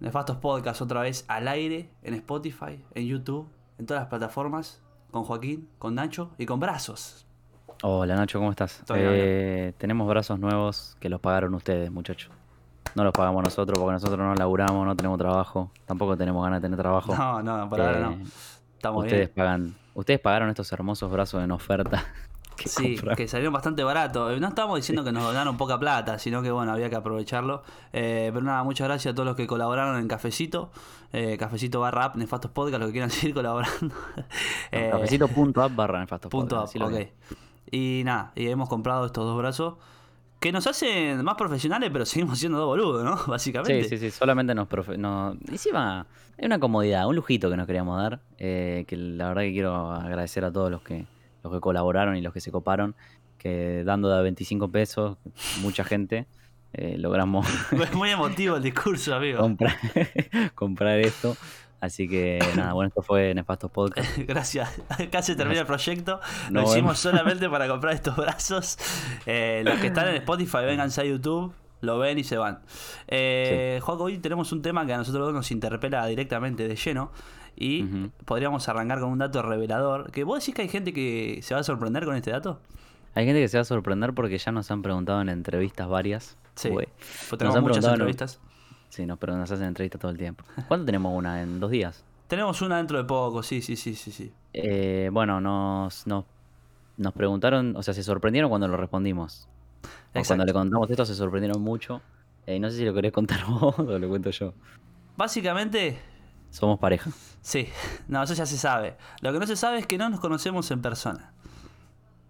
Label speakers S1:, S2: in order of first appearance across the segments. S1: Nefastos Podcast otra vez al aire, en Spotify, en YouTube, en todas las plataformas, con Joaquín, con Nacho y con Brazos.
S2: Hola Nacho, ¿cómo estás?
S1: Todo bien,
S2: Eh, tenemos brazos nuevos que los pagaron ustedes, muchachos. No los pagamos nosotros porque nosotros no laburamos, no tenemos trabajo, tampoco tenemos ganas de tener trabajo.
S1: No, no, por ahora no.
S2: Eh,
S1: Estamos
S2: ustedes
S1: bien.
S2: pagan, ustedes pagaron estos hermosos brazos en oferta. que
S1: Sí,
S2: compramos.
S1: que salieron bastante barato. Eh, No estábamos diciendo que nos donaron poca plata, sino que bueno, había que aprovecharlo. Eh, pero nada, muchas gracias a todos los que colaboraron en Cafecito, eh, Cafecito barra app, Nefastos Podcast, los que quieran seguir colaborando. Eh,
S2: Cafecito.app barra nefastos.
S1: Punto
S2: Podcast,
S1: up,
S2: así lo
S1: ok.
S2: que-
S1: Y nada, y hemos comprado estos dos brazos que nos hacen más profesionales, pero seguimos siendo dos boludos, ¿no? Básicamente.
S2: Sí, sí, sí, solamente nos... profe- no- encima, es una comodidad, un lujito que nos queríamos dar, eh, que la verdad que quiero agradecer a todos los que, los que colaboraron y los que se coparon, que dando de a 25 pesos, mucha gente, eh, logramos
S1: Es muy emotivo el discurso, amigo.
S2: comprar, comprar esto. Así que nada, bueno, esto fue Nefastos Podcast.
S1: Gracias. Casi termina el proyecto. Lo
S2: Nos
S1: hicimos
S2: vemos.
S1: solamente para comprar estos brazos. Eh, los que están en Spotify, vénganse a YouTube, lo ven y se van. Eh, Joaco, hoy tenemos un tema que a nosotros dos nos interpela directamente de lleno. Y
S2: Ujú.
S1: podríamos arrancar con un dato revelador. Que vos decís que hay gente que se va a sorprender con este dato.
S2: Hay gente que se va a sorprender porque ya nos han preguntado en entrevistas varias.
S1: Sí.
S2: Ué.
S1: Pues tenemos
S2: han
S1: muchas
S2: preguntado en-
S1: entrevistas.
S2: Sí, nos, pero nos hacen entrevistas todo el tiempo. ¿Cuándo tenemos una? ¿En dos días?
S1: Tenemos una dentro de poco, sí, sí, sí, sí, sí.
S2: Eh, bueno, nos, nos, nos preguntaron, o sea, se sorprendieron cuando lo respondimos. O
S1: Exacto.
S2: Cuando le contamos esto se sorprendieron mucho. Eh, no sé si lo querés contar vos o lo cuento yo.
S1: Básicamente,
S2: Somos pareja.
S1: sí. No, eso ya se sabe. Lo que no se sabe es que no nos conocemos en persona.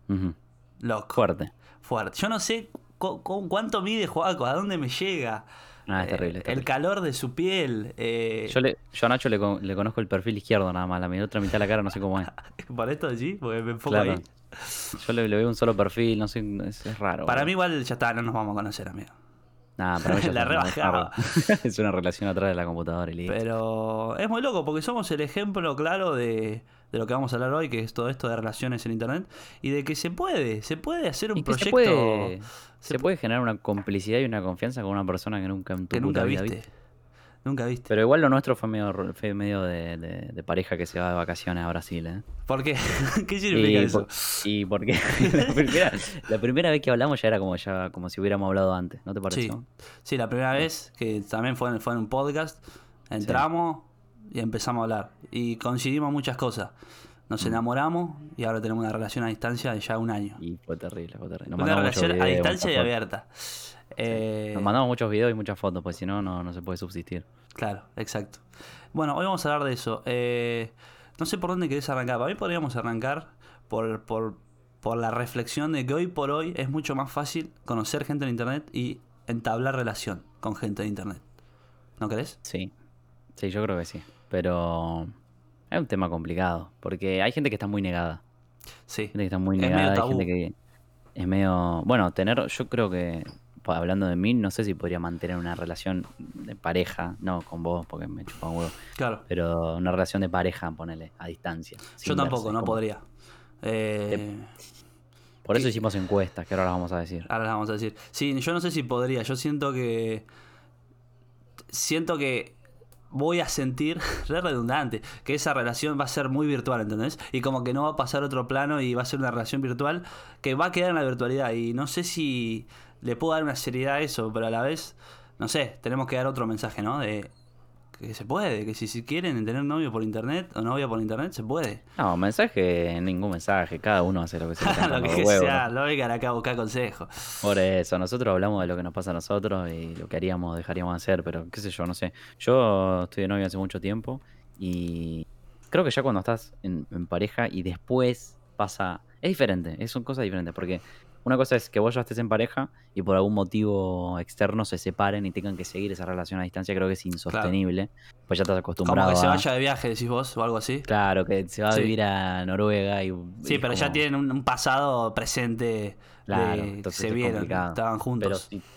S2: Ujú.
S1: Loco.
S2: Fuerte.
S1: Fuerte. Yo no sé cu- cu- cuánto mide Joaco, a dónde me llega.
S2: Ah, es
S1: Eh,
S2: terrible. es terrible.
S1: El calor de su piel. eh,
S2: Yo, le, yo a Nacho le, con- le conozco el perfil izquierdo nada más, la mi otra mitad de la cara no sé cómo es.
S1: Por esto allí, porque me enfoco
S2: Claro.
S1: ahí.
S2: Yo le, le veo un solo perfil, no sé, es, es raro.
S1: Para mí
S2: boludo.
S1: igual ya está, no nos vamos a conocer, amigo.
S2: Nah, para mí ya
S1: la
S2: está, no, es
S1: rebajaba.
S2: raro. es una relación atrás de la computadora y listo.
S1: Pero es muy loco porque somos el ejemplo claro de, de lo que vamos a hablar hoy, que es todo esto de relaciones en internet, y de que se puede, se puede hacer un
S2: Y que
S1: proyecto
S2: se puede,
S1: se
S2: se puede generar una complicidad y una confianza con una persona que nunca en tu
S1: que nunca
S2: puta vida
S1: viste. Nunca viste.
S2: Pero igual lo nuestro fue medio, ro- fue medio de, de- de pareja que se va de vacaciones a Brasil, ¿eh?
S1: ¿Por qué? ¿Qué significa
S2: Y,
S1: eso?
S2: por- y porque la primera, la primera vez que hablamos ya era como ya como si hubiéramos hablado antes, ¿no te
S1: Sí.
S2: pareció?
S1: sí, la primera vez que también fue en, fue en un podcast, entramos y empezamos a hablar. Y coincidimos muchas cosas. Nos enamoramos y ahora tenemos una relación a distancia de ya un año.
S2: Mm. Y fue terrible, fue terrible. Nos
S1: una
S2: mandamos muchos
S1: relación a
S2: videos,
S1: distancia y
S2: muchas
S1: abierta. Eh,
S2: fotos. Nos mandamos muchos videos y muchas fotos, pues si no, no, no se puede subsistir.
S1: Claro, exacto. Bueno, hoy vamos a hablar de eso. Eh, no sé por dónde querés arrancar. Para mí podríamos arrancar por, por, por la reflexión de que hoy por hoy es mucho más fácil conocer gente en Internet y entablar relación con gente de Internet. ¿No crees?
S2: Sí, sí, yo creo que sí. Pero es un tema complicado, porque hay gente que está muy negada.
S1: Sí.
S2: gente que está muy
S1: Es medio
S2: negada, hay
S1: tabú.
S2: gente que es medio... Bueno, tener, yo creo que, pa- hablando de mí, no sé si podría mantener una relación de pareja, no con vos, porque me chupa un huevo,
S1: Claro.
S2: pero una relación de pareja, ponele, a distancia. sin
S1: Yo tampoco,
S2: verse,
S1: no
S2: como-
S1: podría. Eh,
S2: Por eso hicimos encuestas, que ahora las vamos a decir.
S1: Ahora las vamos a decir. Sí, yo no sé si podría. Yo siento que. Siento que voy a sentir, re redundante, que esa relación va a ser muy virtual, ¿entendés? Y como que no va a pasar a otro plano y va a ser una relación virtual que va a quedar en la virtualidad. Y no sé si le puedo dar una seriedad a eso, pero a la vez, no sé, tenemos que dar otro mensaje, ¿no? De que se puede, que si, si quieren tener novio por internet o novia por internet, se puede.
S2: No, mensaje, ningún mensaje, cada uno hace lo que se le canta
S1: lo
S2: por
S1: que
S2: los huevos.
S1: sea, lo vengan acá a buscar consejos.
S2: Por eso, nosotros hablamos de lo que nos pasa a nosotros y lo que haríamos, dejaríamos de hacer, pero qué sé yo, no sé. Yo estoy de novio hace mucho tiempo y creo que ya cuando estás en, en pareja y después pasa... Es diferente, es- son cosas diferentes, porque una cosa es que vos ya estés en pareja y por algún motivo externo se separen y tengan que seguir esa relación a distancia, creo que es insostenible, pues ya estás acostumbrado
S1: Como que se
S2: a-
S1: vaya de viaje, decís vos, o algo así.
S2: Claro, que se va a
S1: Sí.
S2: vivir a Noruega y... y
S1: Sí,
S2: es
S1: pero ya
S2: como-
S1: tienen un, un pasado presente
S2: Claro,
S1: de que
S2: entonces
S1: se
S2: es
S1: vieron,
S2: complicado.
S1: estaban juntos.
S2: Pero, sí-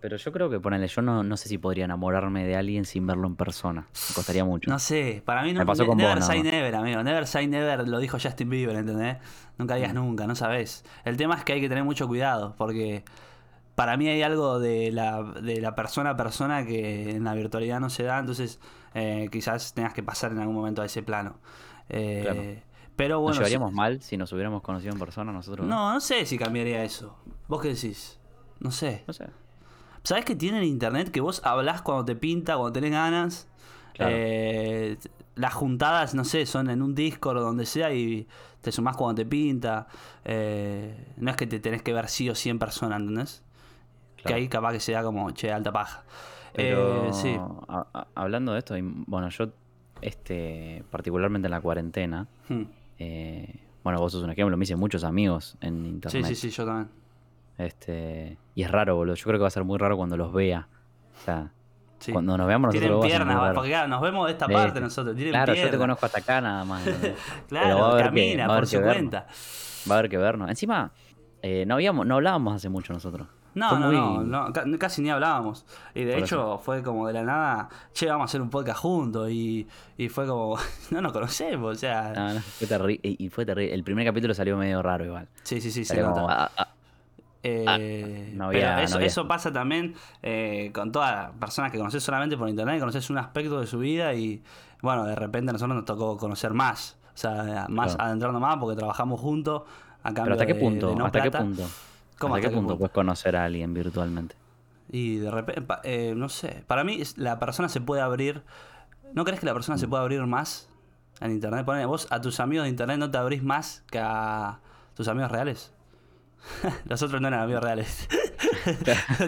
S2: pero yo creo que ponele, yo no, no sé si podría enamorarme de alguien sin verlo en persona. Me costaría mucho.
S1: no sé, para mí no,
S2: Me pasó con
S1: never
S2: vos, nada
S1: say
S2: más.
S1: never, amigo. Never say never lo dijo Justin
S2: Mm.
S1: Bieber, ¿entendés? Nunca digas nunca, no sabes. El tema es que hay que tener mucho cuidado, porque para mí hay algo de la, de la persona a persona que en la virtualidad no se da, entonces eh, quizás tengas que pasar en algún momento a ese plano. Eh,
S2: Claro.
S1: Pero
S2: ¿Nos
S1: bueno.
S2: llevaríamos
S1: sí-
S2: mal si nos hubiéramos conocido en persona nosotros?
S1: No, no sé si cambiaría eso. ¿Vos qué decís? No sé.
S2: No sé.
S1: ¿Sabés que tienen internet que vos hablás cuando te pinta, cuando tenés ganas?
S2: Claro.
S1: Eh, las juntadas, no sé, son en un Discord o donde sea y te sumás cuando te pinta. Eh, no es que te tenés que ver sí o sí en persona, ¿entendés? Que
S2: Claro.
S1: ahí capaz que se da como, che, alta paja.
S2: Pero
S1: Eh, sí.
S2: a- a- hablando de esto, y, bueno, yo, este, particularmente en la cuarentena,
S1: Hmm.
S2: eh, bueno, vos sos un ejemplo, me hice muchos amigos en
S1: Sí,
S2: internet.
S1: sí, sí, yo también.
S2: Este, y es raro, boludo. Yo creo que va a ser muy raro cuando los vea. O sea,
S1: Sí.
S2: cuando nos veamos nosotros
S1: Tienen
S2: va a ser muy
S1: piernas, va,
S2: raro.
S1: porque claro, nos vemos de esta
S2: Sí.
S1: parte nosotros. Tienen
S2: Claro, yo te
S1: piernas.
S2: conozco hasta acá nada más. ¿no? Pero va a
S1: Claro,
S2: haber que-
S1: camina
S2: va a haber
S1: por
S2: que
S1: su
S2: vernos.
S1: cuenta.
S2: Va a haber que vernos. Encima, eh, no, habíamos, no hablábamos hace mucho nosotros.
S1: No,
S2: Fue
S1: no,
S2: muy-
S1: no, no, ca- casi ni hablábamos. Y de
S2: Por
S1: hecho fue como de la nada, che, vamos a hacer un podcast juntos. Y, y fue como, no nos conocemos, o sea.
S2: No, no, fue terri- y y fue terrible. El primer capítulo salió medio raro igual.
S1: Sí, sí, sí, se
S2: Salió
S1: nota.
S2: como, ah, ah,
S1: Eh,
S2: no
S1: pero
S2: había-
S1: eso,
S2: no había.
S1: eso pasa también eh, con todas las personas que conoces solamente por internet, que conoces un aspecto de su vida y bueno, de repente a nosotros nos tocó conocer más, o sea, más
S2: Claro.
S1: adentrando más porque trabajamos juntos. A cambio
S2: pero ¿hasta qué
S1: de-
S2: punto?
S1: de no
S2: ¿Hasta qué
S1: plata.
S2: punto?
S1: ¿Cómo
S2: ¿Hasta qué punto puedes conocer a alguien virtualmente?
S1: Y de repente, pa- eh, no sé, para mí es- la persona se puede abrir. ¿No crees que la persona se puede abrir más en internet? Ponele, vos a tus amigos de internet no te abrís más que a tus amigos reales. Los otros no eran amigos reales.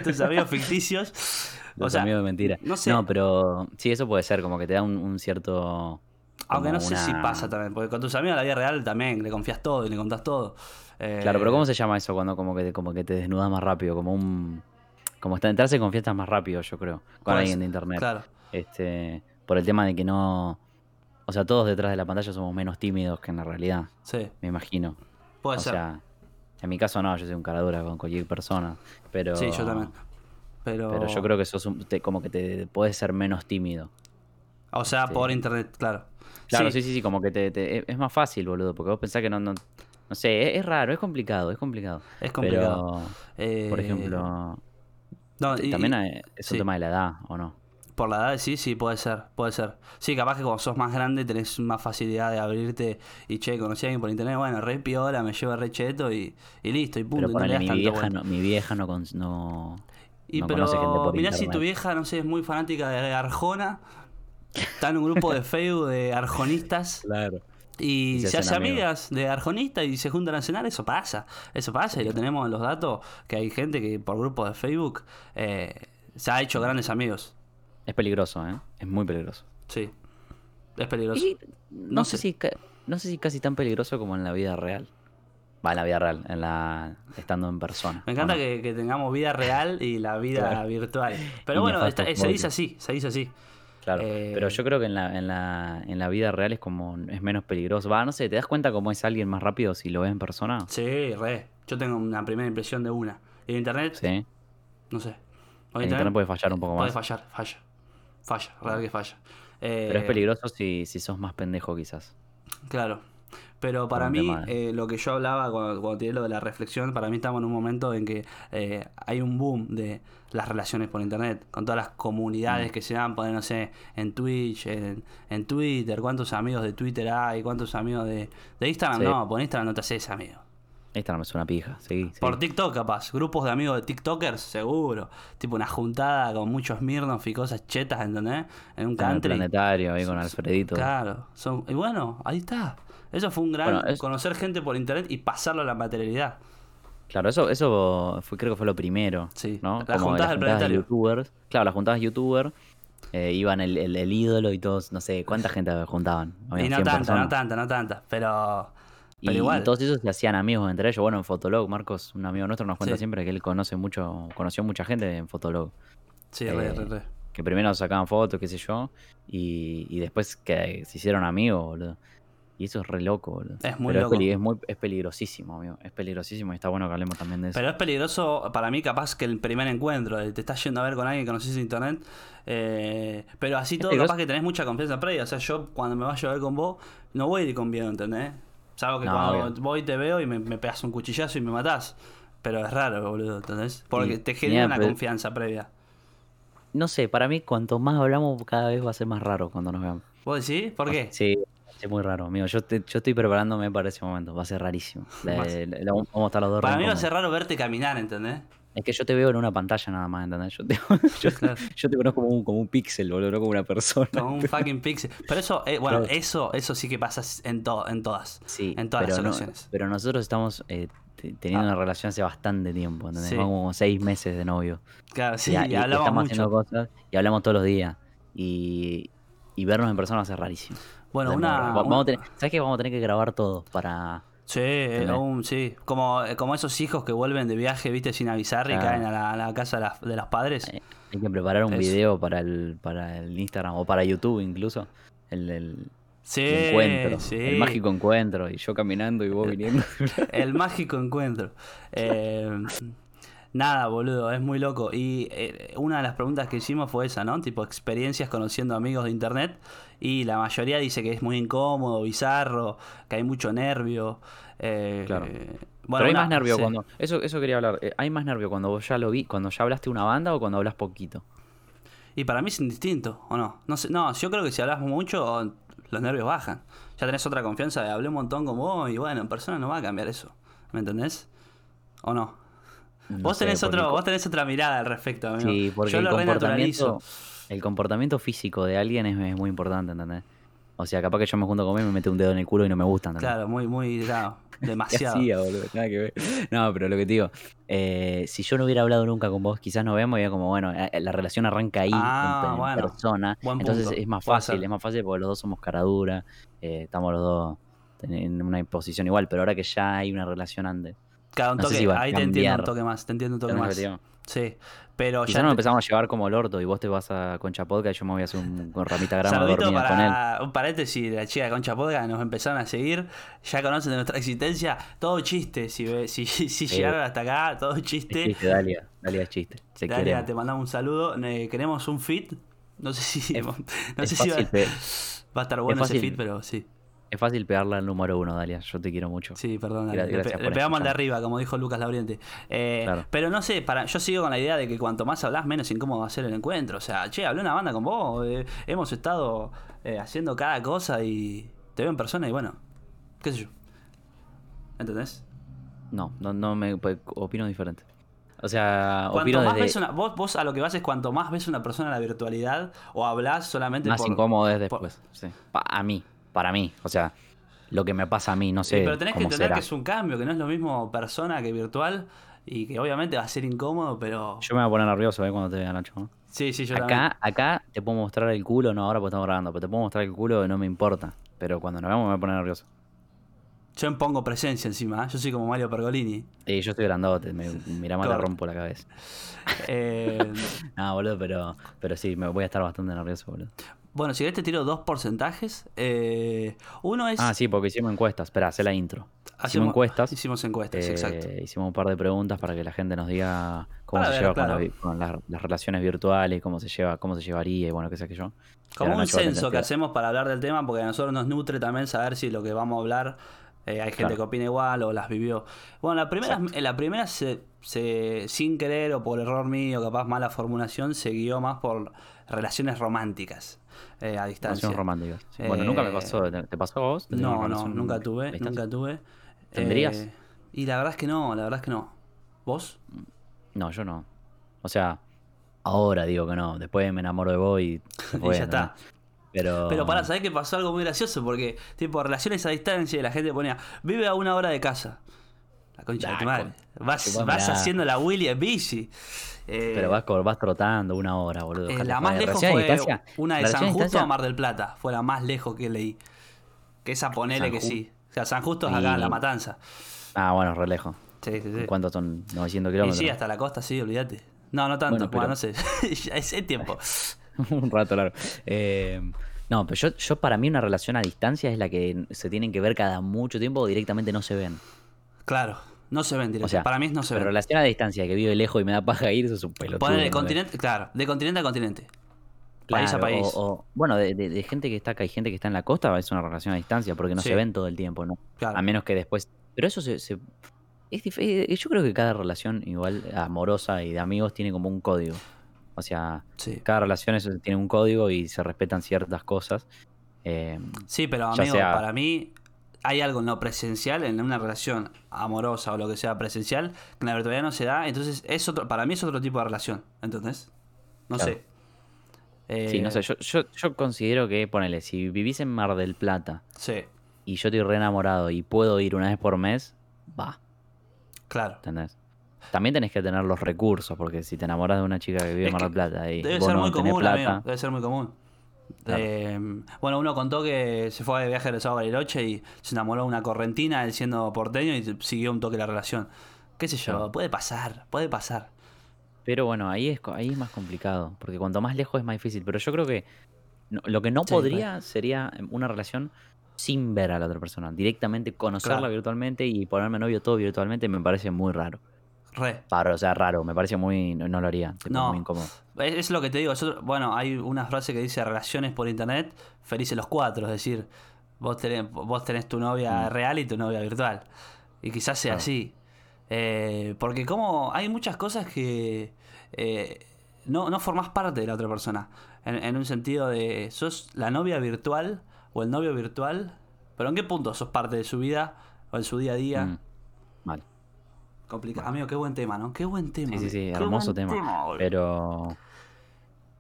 S1: tus amigos ficticios.
S2: Los amigos de mentira.
S1: no sé.
S2: pero sí, eso puede ser, como que te da un, un cierto.
S1: Aunque
S2: como
S1: no sé si
S2: una-
S1: pasa también, porque con tus amigos de la vida real también le confías todo y le contás todo. Eh,
S2: Claro, pero ¿cómo se llama eso cuando como que, como que te desnudas más rápido? Como un. Como está- entrarse en confianza más rápido, yo creo, con
S1: Puede
S2: alguien
S1: ser,
S2: de internet.
S1: Claro.
S2: Este, por el tema de que no. O sea, todos detrás de la pantalla somos menos tímidos que en la realidad,
S1: Sí,
S2: me imagino.
S1: puede
S2: o
S1: ser.
S2: sea, en mi caso no, yo soy un cara dura con cualquier persona. Pero,
S1: sí, yo también. Pero,
S2: Pero yo creo que sos un- te- como que te puedes ser menos tímido.
S1: O sea,
S2: este-
S1: por internet, claro.
S2: Claro, sí, sí, sí, como que te, te- es- es más fácil, boludo, porque vos pensás que no, no, no sé, es, es raro, es complicado, es complicado.
S1: Es complicado.
S2: Pero,
S1: Eh,
S2: por ejemplo,
S1: no, y-
S2: también
S1: y-
S2: hay- es un
S1: sí.
S2: tema de la edad, ¿o no?
S1: Por la edad, sí, sí, puede ser, puede ser. Sí, capaz que cuando sos más grande tenés más facilidad de abrirte y che, conocí a alguien por internet, bueno, re piola, me llevo re cheto y, y listo, y punto.
S2: pero
S1: y no le
S2: ponele,
S1: das
S2: mi,
S1: tanto
S2: vieja
S1: vuelta.
S2: no, mi vieja no, con- no,
S1: Y
S2: no
S1: pero
S2: conoce gente por
S1: mirá si
S2: internet.
S1: tu vieja, no sé, es muy fanática de Arjona, está en un grupo de Facebook de arjonistas
S2: Claro.
S1: y,
S2: Y se
S1: se, hace
S2: hacen amigos.
S1: amigas de arjonistas y se juntan a cenar, eso pasa, eso pasa y lo tenemos en los datos, que hay gente que por grupos de Facebook eh, se ha hecho grandes amigos,
S2: Es peligroso, ¿eh? Es muy peligroso.
S1: sí. Es peligroso.
S2: Y no,
S1: no
S2: sé,
S1: sé.
S2: si ca- no sé si casi tan peligroso como en la vida real. Va, en la vida real, en la estando en persona.
S1: Me encanta
S2: ¿o no?
S1: que, que tengamos vida real y la vida
S2: Claro.
S1: virtual. Pero
S2: Y
S1: bueno,
S2: nefastos
S1: está- se dice
S2: móviles.
S1: así, se dice así.
S2: Claro,
S1: Eh,
S2: pero yo creo que en la, en, la, en la vida real es como es menos peligroso. Va, no sé, ¿te das cuenta cómo es alguien más rápido si lo ves en persona?
S1: Sí, re. Yo tengo una primera impresión de una. En internet,
S2: Sí. En
S1: no sé. En
S2: internet puede fallar un poco
S1: puede
S2: más.
S1: fallar, falla. Falla, real que falla. Eh,
S2: Pero es peligroso si, si sos más pendejo quizás.
S1: Claro. Pero para
S2: un
S1: mí,
S2: tema de-
S1: eh, lo que yo hablaba cuando, cuando tiré lo de la reflexión, para mí estamos en un momento en que eh, hay un boom de las relaciones por internet, con todas las comunidades
S2: Mm.
S1: que se dan, poner, no sé, en Twitch, en, en Twitter, cuántos amigos de Twitter hay, cuántos amigos de, de Instagram,
S2: Sí.
S1: no, por Instagram no te haces amigo.
S2: Instagram es una pija, sí. sí.
S1: Por TikTok capaz, grupos de amigos de TikTokers, seguro, tipo una juntada con muchos mirnos y cosas chetas, ¿entendés? En un
S2: En el
S1: country.
S2: planetario, ahí con Alfredito.
S1: Claro, son, y bueno, ahí está. Eso fue un gran
S2: Bueno, es-
S1: conocer gente por internet y pasarlo a la materialidad.
S2: Claro, eso, eso fue, creo que fue lo primero.
S1: Sí,
S2: ¿no?
S1: las juntadas del
S2: de
S1: planetario.
S2: youtubers. Claro, las juntadas de youtuber. eh, iban el, el- el ídolo y todos, no sé, ¿cuánta gente juntaban? Habían
S1: y no
S2: 100
S1: tanta,
S2: personas.
S1: no tanta, no tanta. Pero,
S2: Y
S1: pero igual.
S2: todos esos se hacían amigos entre ellos. Bueno, en Fotolog, Marcos, un amigo nuestro, nos cuenta
S1: Sí.
S2: siempre que él conoce mucho, conoció mucha gente en Fotolog.
S1: sí, re,
S2: eh,
S1: re, re.
S2: Que primero sacaban fotos, qué sé yo, y, y después que se hicieron amigos, boludo. Y eso es re loco, boludo.
S1: Es muy
S2: Pero
S1: loco.
S2: peli- Es, muy, es peligrosísimo, amigo. Es peligrosísimo y está bueno que hablemos también de eso.
S1: Pero es peligroso para mí, capaz que el primer encuentro, eh, te estás yendo a ver con alguien que conoces en internet. eh, pero así todo,
S2: peligroso.
S1: capaz que tenés mucha confianza previa. O sea, yo cuando me vaya a ver con vos, no voy a ir con miedo, ¿entendés? Salvo que
S2: No,
S1: cuando
S2: obvio.
S1: voy te veo y me, me pegas un cuchillazo y me matás. Pero es raro, boludo, ¿entendés? Porque
S2: Y-
S1: te genera
S2: mirá,
S1: una
S2: pero-
S1: confianza previa.
S2: No sé, para mí cuanto más hablamos cada vez va a ser más raro cuando nos veamos.
S1: ¿Vos decís? ¿Por qué?
S2: Sí, es muy raro, amigo. Yo, te- yo estoy preparándome para ese momento. Va a ser rarísimo. La-
S1: Va a ser-
S2: la- la- vamos a estar los dos
S1: Para mí va a
S2: reincómodos.
S1: ser raro verte caminar, ¿entendés?
S2: Es que yo te veo en una pantalla nada más, ¿entendés? Yo te, yo,
S1: Claro.
S2: yo te conozco como un, como un píxel, boludo, no como una persona.
S1: Como un fucking pixel. Pero eso, eh, bueno,
S2: Claro.
S1: eso, eso sí que pasa en, to- en todas.
S2: Sí,
S1: en todas
S2: pero,
S1: las
S2: no-
S1: ocasiones.
S2: pero nosotros estamos eh, te- teniendo una relación hace bastante tiempo, ¿entendés?
S1: Sí.
S2: Vamos como seis meses de novio.
S1: Claro, sí,
S2: y,
S1: y
S2: y
S1: hablamos
S2: estamos
S1: mucho.
S2: haciendo cosas y hablamos todos los días. Y, y vernos en persona va a ser rarísimo.
S1: Bueno,
S2: Va-
S1: una.
S2: vamos
S1: una-
S2: a tener- ¿Sabes qué? Vamos a tener que grabar todo para.
S1: Sí, eh,
S2: ¿Entendés?
S1: un- sí. Como, eh, como esos hijos que vuelven de viaje, viste, sin avisar y
S2: Claro.
S1: caen a la, a la casa de, las- de los padres.
S2: eh, hay que preparar un
S1: Eso.
S2: video para el, para el Instagram o para YouTube incluso. El, el-
S1: sí,
S2: el encuentro.
S1: sí. Eh,
S2: El mágico encuentro. Y yo caminando y vos viniendo.
S1: El mágico encuentro. Eh, nada, boludo, es muy loco. Y eh, una de las preguntas que hicimos fue esa, ¿no? Tipo, experiencias conociendo amigos de internet. Y la mayoría dice que es muy incómodo, bizarro, que hay mucho nervio. Eh,
S2: Claro.
S1: eh,
S2: Pero hay
S1: una-
S2: más nervio
S1: sí.
S2: cuando. Eso, eso quería hablar. eh, ¿Hay más nervio cuando vos ya lo vi, cuando ya hablaste una banda o cuando hablas poquito?
S1: Y para mí es indistinto, ¿o no? No, sé, no yo creo que si hablas mucho, los nervios bajan. Ya tenés otra confianza de hablé un montón con vos y bueno, en persona no va a cambiar eso. ¿Me entendés? ¿O no?
S2: No
S1: vos,
S2: sé,
S1: tenés
S2: porque
S1: otro,
S2: el co-
S1: vos tenés otra mirada al respecto, amigo.
S2: Sí, porque
S1: yo
S2: el
S1: lo renaturalizo.
S2: comportamiento, el comportamiento físico de alguien es, es muy importante, ¿entendés? O sea, capaz que yo me junto con él y me mete un dedo en el culo y no me gusta, ¿entendés?
S1: Claro, muy, muy, claro,
S2: ¿Qué
S1: demasiado.
S2: hacía, boludo? Nada que ver. No, pero lo que te digo, eh, si yo no hubiera hablado nunca con vos, quizás nos vemos y era como, bueno, eh, la relación arranca ahí,
S1: Ah,
S2: en, en
S1: bueno.
S2: persona.
S1: Buen
S2: Entonces
S1: punto.
S2: es más
S1: Puede
S2: fácil,
S1: ser.
S2: es más fácil porque los dos somos caradura, eh, estamos los dos en- en una posición igual, pero ahora que ya hay una relación antes.
S1: Cada un
S2: No sé
S1: toque,
S2: si va a
S1: ahí te entiendo un
S2: cambiar.
S1: toque más, te entiendo un toque
S2: ¿entendés lo
S1: más.
S2: que te digo?
S1: Sí, pero
S2: Quizás
S1: ya...
S2: nos
S1: te-
S2: empezamos a llevar como el orto y vos te vas a Concha Podcast y yo me voy a hacer un con ramita grama
S1: Saludito
S2: dormida con él.
S1: para un paréntesis, la chica de Concha Podga nos empezaron a seguir, ya conocen de nuestra existencia, todo chiste, si, ve- si, si llegaron hasta acá, todo
S2: Es
S1: chiste.
S2: chiste, Dalia. Dalia es chiste. Te
S1: Daria,
S2: queremos.
S1: te mandamos un saludo, ne- queremos un fit, no sé si,
S2: Es-
S1: no
S2: es
S1: sé si va,
S2: fácil pe-
S1: va a estar bueno ese
S2: fácil.
S1: fit, pero sí,
S2: Es fácil pegarla al número uno, Dalia. Yo te quiero mucho.
S1: sí, perdón,
S2: Gra-
S1: le,
S2: gracias
S1: pe-
S2: por
S1: le pegamos al de
S2: escucharme.
S1: arriba, como dijo Lucas Labriente. Eh,
S2: Claro.
S1: Pero no sé, para, yo sigo con la idea de que cuanto más hablas, menos incómodo va a ser el encuentro. O sea, che, hablé una banda con vos, eh, hemos estado eh, haciendo cada cosa y te veo en persona y bueno, qué sé yo. ¿Entendés?
S2: No, no, no me pues, opino diferente. O sea, Ah, opino
S1: Cuanto más
S2: desde
S1: ves una, vos, vos a lo que vas es cuanto más ves una persona en la virtualidad o hablas solamente
S2: más
S1: por-
S2: incómodo es
S1: por-
S2: después. sí. Pa- a mí, para mí. O sea, lo que me pasa a mí, no
S1: Sí,
S2: sé.
S1: pero tenés que
S2: cómo
S1: entender
S2: será.
S1: que es un cambio, que no es lo mismo persona que virtual y que obviamente va a ser incómodo, pero...
S2: Yo me voy a poner nervioso eh, cuando te vea, Nacho. ¿no?
S1: Sí, sí, yo también.
S2: Acá, acá te puedo mostrar el culo, no ahora porque estamos grabando, pero te puedo mostrar el culo, no me importa. Pero cuando nos veamos me voy a poner nervioso.
S1: Yo impongo presencia encima, ¿eh? yo soy como Mario Pergolini.
S2: Y Eh, yo estoy grandote, me, mira más le
S1: Corta.
S2: rompo la cabeza.
S1: Eh,
S2: Ah, boludo, pero, pero sí, me voy a estar bastante nervioso, boludo.
S1: bueno, si querés te tiro dos porcentajes. Eh, uno es...
S2: Ah, sí, porque hicimos encuestas. Espera, hace la intro.
S1: hacemos-
S2: Hicimos encuestas.
S1: Hicimos encuestas,
S2: eh,
S1: exacto.
S2: Hicimos un par de preguntas para que la gente nos diga cómo
S1: Para
S2: se
S1: ver,
S2: lleva con
S1: claro.
S2: la vi- con, las, las relaciones virtuales, cómo se lleva, cómo se llevaría y bueno, qué sé que yo.
S1: Como
S2: Pero
S1: un
S2: Nacho va a tener
S1: censo que
S2: que-
S1: hacemos para hablar del tema, porque a nosotros nos nutre también saber si lo que vamos a hablar eh, hay gente
S2: Claro.
S1: que opina igual o las vivió. Bueno, la primera, en la primera se, se- sin querer o por error mío, capaz mala formulación, se guió más por relaciones románticas eh, a distancia.
S2: Relaciones románticas. Sí, Bueno, nunca me pasó. ¿Te, te pasó a vos? ¿Te tenés
S1: No,
S2: una
S1: no,
S2: relación
S1: nunca
S2: a
S1: tuve,
S2: distancia?
S1: nunca tuve.
S2: ¿Tendrías?
S1: Eh, y la verdad es que no, la verdad es que no. ¿Vos?
S2: No, yo no. O sea, ahora digo que no. Después me enamoro de vos y. se
S1: y
S2: fue,
S1: ya está.
S2: ¿no? Pero.
S1: Pero eh, pará, ¿sabés que pasó algo muy gracioso? Porque, tipo, relaciones a distancia y la gente ponía, vive a una hora de casa. La concha de
S2: Ah,
S1: tu madre. Vas,
S2: chupame
S1: vas
S2: la-
S1: haciendo la Willy en bici. Eh,
S2: Pero vas, cor- vas trotando una hora, boludo.
S1: eh,
S2: dejate
S1: la
S2: de
S1: más
S2: joder.
S1: lejos
S2: Relación a
S1: fue
S2: distancia-
S1: una de
S2: relación
S1: San Justo
S2: distancia-
S1: a Mar del Plata. Fue la más lejos que leí. Que esa ponele
S2: San
S1: que
S2: Ju-
S1: sí. O sea, San Justo es acá,
S2: Sí.
S1: La Matanza.
S2: Ah, bueno, re lejos.
S1: Sí, sí, sí.
S2: ¿Cuántos son? 900
S1: Y
S2: kilómetros.
S1: sí, hasta la costa, sí, olvídate. No, no tanto,
S2: Bueno, pero-
S1: bueno, no sé. Ya es es tiempo.
S2: un rato largo. Eh, no, pero yo, yo para mí una relación a distancia es la que se tienen que ver cada mucho tiempo o directamente no se ven.
S1: Claro, no se ven
S2: O
S1: directamente.
S2: sea,
S1: Para mí no se
S2: pero
S1: ven.
S2: relación a distancia que vive lejos y me da paja ir, eso es un pelotudo.
S1: Poner de
S2: ¿entendés?
S1: continente, claro, de continente a continente. país a
S2: Claro,
S1: país.
S2: o- o- bueno, de, de- de gente que está acá y gente que está en la costa es una relación a distancia porque no
S1: Sí.
S2: se ven todo el tiempo, ¿no?
S1: Claro.
S2: A menos que después. Pero eso se, se- es dif- eh, yo creo que cada relación, igual amorosa y de amigos, tiene como un código. O sea,
S1: Sí,
S2: cada relación es- tiene un código y se respetan ciertas cosas. Eh,
S1: Sí, pero
S2: Ya
S1: amigo,
S2: sea-
S1: para mí hay algo en lo presencial, en una relación amorosa o lo que sea presencial, que en la virtualidad no se da. Entonces, es otro, para mí es otro tipo de relación, ¿entendés? No
S2: Claro.
S1: sé. Eh,
S2: sí, no sé, yo, yo, yo considero que, ponele, si vivís en Mar del Plata
S1: Sí,
S2: y yo estoy re enamorado y puedo ir una vez por mes, va,
S1: claro.
S2: ¿entendés? También tenés que tener los recursos, porque si te enamoras de una chica que vive
S1: Es
S2: en Mar del
S1: que
S2: Plata y
S1: Debe
S2: vos
S1: ser
S2: no
S1: muy
S2: tenés
S1: común,
S2: plata,
S1: amigo. Debe ser muy común.
S2: Claro.
S1: Eh, bueno, uno contó que se fue de viaje de sábado a Bariloche y se enamoró de una correntina, él siendo porteño, y siguió un toque la relación. Qué sé yo,
S2: Claro.
S1: puede pasar, puede pasar.
S2: Pero bueno, ahí es, co- ahí es más complicado, porque cuanto más lejos es más difícil. Pero yo creo que no- lo que no
S1: Sí,
S2: podría sería una relación sin ver a la otra persona, directamente conocerla
S1: Claro.
S2: virtualmente y ponerme novio todo virtualmente me parece muy raro.
S1: Re.
S2: Raro, o sea, raro, me parece muy, no, no lo haría, tipo,
S1: No.
S2: muy incómodo.
S1: Es, es lo que te digo. yo- bueno, hay una frase que dice relaciones por internet, felices los cuatro. Es decir, vos tenés, vos tenés tu novia
S2: Mm.
S1: real y tu novia virtual. Y quizás sea
S2: Claro.
S1: así. Eh, porque como hay muchas cosas que eh, no, no formás parte de la otra persona. En, en un sentido de, sos la novia virtual o el novio virtual, pero ¿en qué punto sos parte de su vida o en su día a día?
S2: Mm. Mal.
S1: Complicado. Amigo, qué buen tema, ¿no? Qué buen tema.
S2: Sí, sí, sí,
S1: Qué
S2: hermoso
S1: buen
S2: tema.
S1: boludo.
S2: Pero...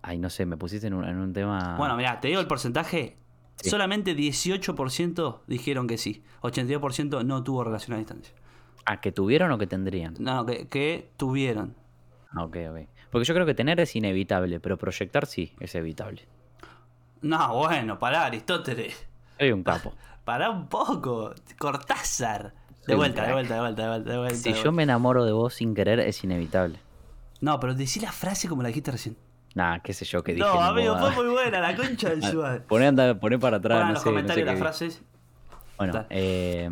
S2: Ay, no sé, me pusiste en un, en un tema...
S1: Bueno, mirá, te digo el porcentaje.
S2: Ah. Sí.
S1: Solamente 18% dijeron que sí. 82% no tuvo relación a distancia.
S2: ¿A que tuvieron o que tendrían?
S1: No, no, que, que tuvieron.
S2: Ah, ok, ok. Porque yo creo que tener es inevitable, pero proyectar sí es evitable.
S1: No, bueno, pará, Aristóteles.
S2: Soy un capo.
S1: Pará un poco. Cortázar.
S2: Soy
S1: De
S2: un
S1: vuelta, de
S2: crack.
S1: vuelta, de vuelta, de vuelta, de vuelta.
S2: Si
S1: de
S2: yo
S1: vuelta.
S2: me enamoro de vos sin querer, es inevitable.
S1: No, pero decí la frase como la dijiste recién.
S2: Nah, qué sé yo, que dije.
S1: No,
S2: ni
S1: amigo,
S2: moda.
S1: fue muy buena la concha del
S2: Ah,
S1: suave.
S2: Poné, anda- poné para
S1: Pongan
S2: atrás,
S1: en
S2: no
S1: los
S2: sé, no sé
S1: comentarios
S2: qué
S1: las
S2: vi.
S1: frases.
S2: Bueno,
S1: Dale.
S2: eh,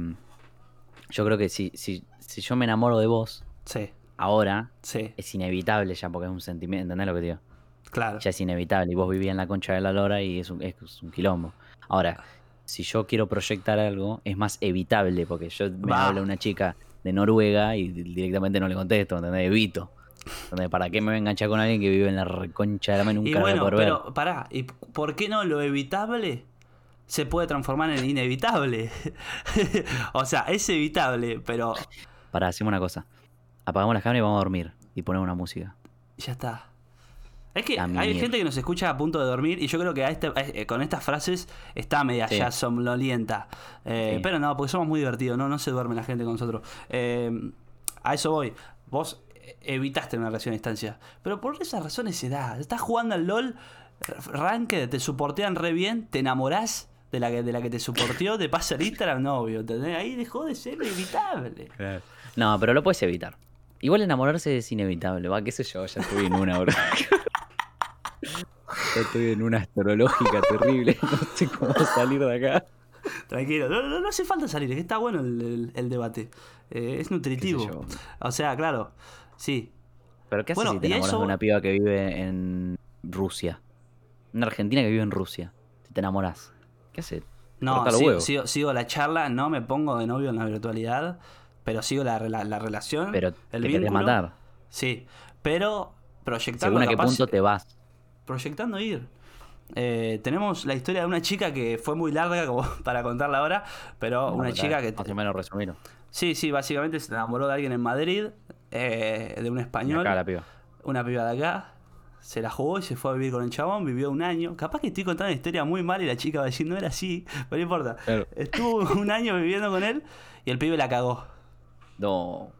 S2: yo creo que si, si, si yo me enamoro de vos
S1: Sí,
S2: ahora,
S1: sí,
S2: es inevitable ya, porque es un sentimiento, ¿entendés lo que digo?
S1: claro.
S2: Ya es inevitable, y vos vivías en la concha de la lora y es un, es un quilombo. Ahora, si yo quiero proyectar algo, es más evitable, porque yo me
S1: Va.
S2: habla una chica de Noruega y di- directamente no le contesto, ¿entendés? Evito. ¿Entendés? ¿Para qué me voy a enganchar con alguien que vive en la reconcha de la mano y
S1: Y
S2: nunca la voy a
S1: bueno,
S2: poder ver?
S1: pero pará, ¿y por qué no lo evitable se puede transformar en inevitable? o sea, es evitable, pero
S2: Para, hacemos una cosa. Apagamos las cámaras y vamos a dormir. Y ponemos una música.
S1: ya está. Es que
S2: A
S1: hay
S2: mimir.
S1: gente que nos escucha a punto de dormir y yo creo que a este- a- eh, con estas frases está media
S2: Sí.
S1: ya somnolienta. Eh,
S2: Sí.
S1: Pero no, porque somos muy divertidos, no, no se duerme la gente con nosotros. Eh, a eso voy. Vos eh, evitaste una relación a distancia. Pero por esas razones se da. Estás jugando al LOL, r- ranked, te suportean re bien, te enamorás de la que, de la que te suporteó, te pasa el Instagram novio, ¿entendés? Ahí dejó de ser evitable.
S2: No, pero lo puedes evitar. Igual enamorarse es inevitable, va, qué sé yo, ya estuve en una, bro. ya estuve en una astrológica terrible, no sé cómo salir de acá.
S1: Tranquilo, no, no, no hace falta salir, es que está bueno el, el- el debate. Eh, es nutritivo.
S2: yo.
S1: O sea, claro, sí.
S2: Pero ¿qué haces
S1: Bueno,
S2: si te
S1: y a
S2: enamoras
S1: eso
S2: de una
S1: voy-
S2: piba que vive en Rusia? Una argentina que vive en Rusia. Si te enamorás, ¿qué haces?
S1: No,
S2: Corta los
S1: sí,
S2: huevos.
S1: sigo, sigo la charla, no me pongo de novio en la virtualidad, pero sigo la, rela- la relación.
S2: Pero
S1: el
S2: te querés
S1: vínculo.
S2: matar.
S1: Sí, pero proyectando
S2: Según a qué
S1: capaz-
S2: punto te vas.
S1: proyectando ir. Eh, tenemos la historia de una chica que fue muy larga como para contarla ahora, pero
S2: No,
S1: una
S2: pero
S1: chica que...
S2: Más o menos resumieron.
S1: Sí, sí, básicamente se enamoró de alguien en Madrid, eh, de un español.
S2: Acá la piba.
S1: una piba de acá, se la jugó y se fue a vivir con el chabón, vivió un año. Capaz que estoy contando una historia muy mal y la chica va a decir, no era así, pero no importa.
S2: Claro.
S1: Estuvo un año viviendo con él y el pibe la cagó.
S2: No.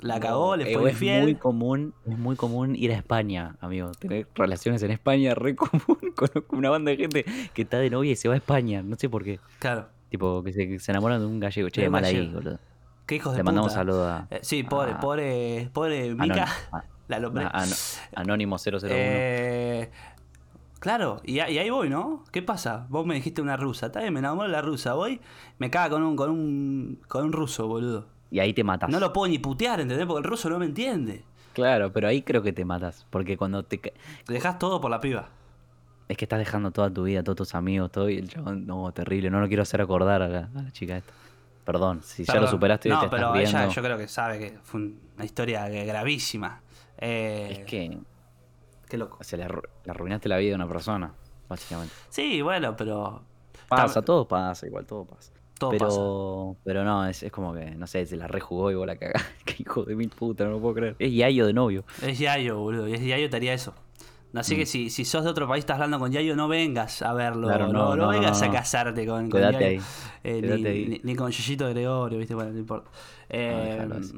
S1: La
S2: No,
S1: cagó, le
S2: eh,
S1: fue
S2: es muy
S1: infiel.
S2: común, es muy común ir a España, amigo. Tener relaciones en España es re común. Conozco una banda de gente que está de novia y se va a España. No sé por qué.
S1: Claro,
S2: Tipo, que se, que se enamoran de un gallego. Che,
S1: De un
S2: mal ahí,
S1: gallego.
S2: boludo.
S1: qué hijos de
S2: Le mandamos
S1: puta.
S2: saludo a,
S1: Eh, sí, pobre,
S2: Ah.
S1: pobre, pobre Mica.
S2: Anónimo. Ah,
S1: La lombré.
S2: a- a- Anónimo 001.
S1: Eh, claro, y, a- y ahí voy, ¿no? ¿Qué pasa? Vos me dijiste una rusa, está bien, me enamoro de la rusa, voy, me caga con un, con un, con un ruso, boludo.
S2: y ahí te matas.
S1: No lo puedo ni putear, ¿entendés? Porque el ruso no me entiende.
S2: Claro, pero ahí creo que te matas. Porque cuando te. ca-
S1: Te Dejás todo por la piba.
S2: Es que estás dejando toda tu vida, todos tus amigos, todo. Y el chabón, no, terrible. No lo quiero hacer acordar a la, a la chica esta. Perdón, si ya
S1: Perdón.
S2: lo superaste y
S1: No,
S2: te estás
S1: pero
S2: riendo.
S1: ella yo creo que sabe que fue un- una historia que- gravísima. Eh,
S2: Es que
S1: Qué loco.
S2: o sea, le, arru- le arruinaste la vida a una persona, básicamente.
S1: Sí, bueno, pero
S2: Pasa,
S1: Tam-
S2: todo pasa, igual, todo pasa.
S1: todo
S2: pero,
S1: pasa.
S2: pero no, es, es como que, no sé, se la rejugó y vos la cagás. Qué hijo de mil puta, no lo puedo creer. Es Yayo de novio.
S1: Es Yayo, boludo. Y es Yayo te haría eso. Así que si, si sos de otro país, estás hablando con Yayo, no vengas a verlo.
S2: Mm. Claro,
S1: no,
S2: no,
S1: no
S2: no,
S1: vengas
S2: no,
S1: a
S2: no.
S1: casarte con, con
S2: Quédate
S1: Yayo.
S2: ahí.
S1: Eh, ni,
S2: Quédate ahí.
S1: ni- ni con Yeyito Gregorio, ¿viste? Bueno, no importa. Eh,
S2: déjalo así.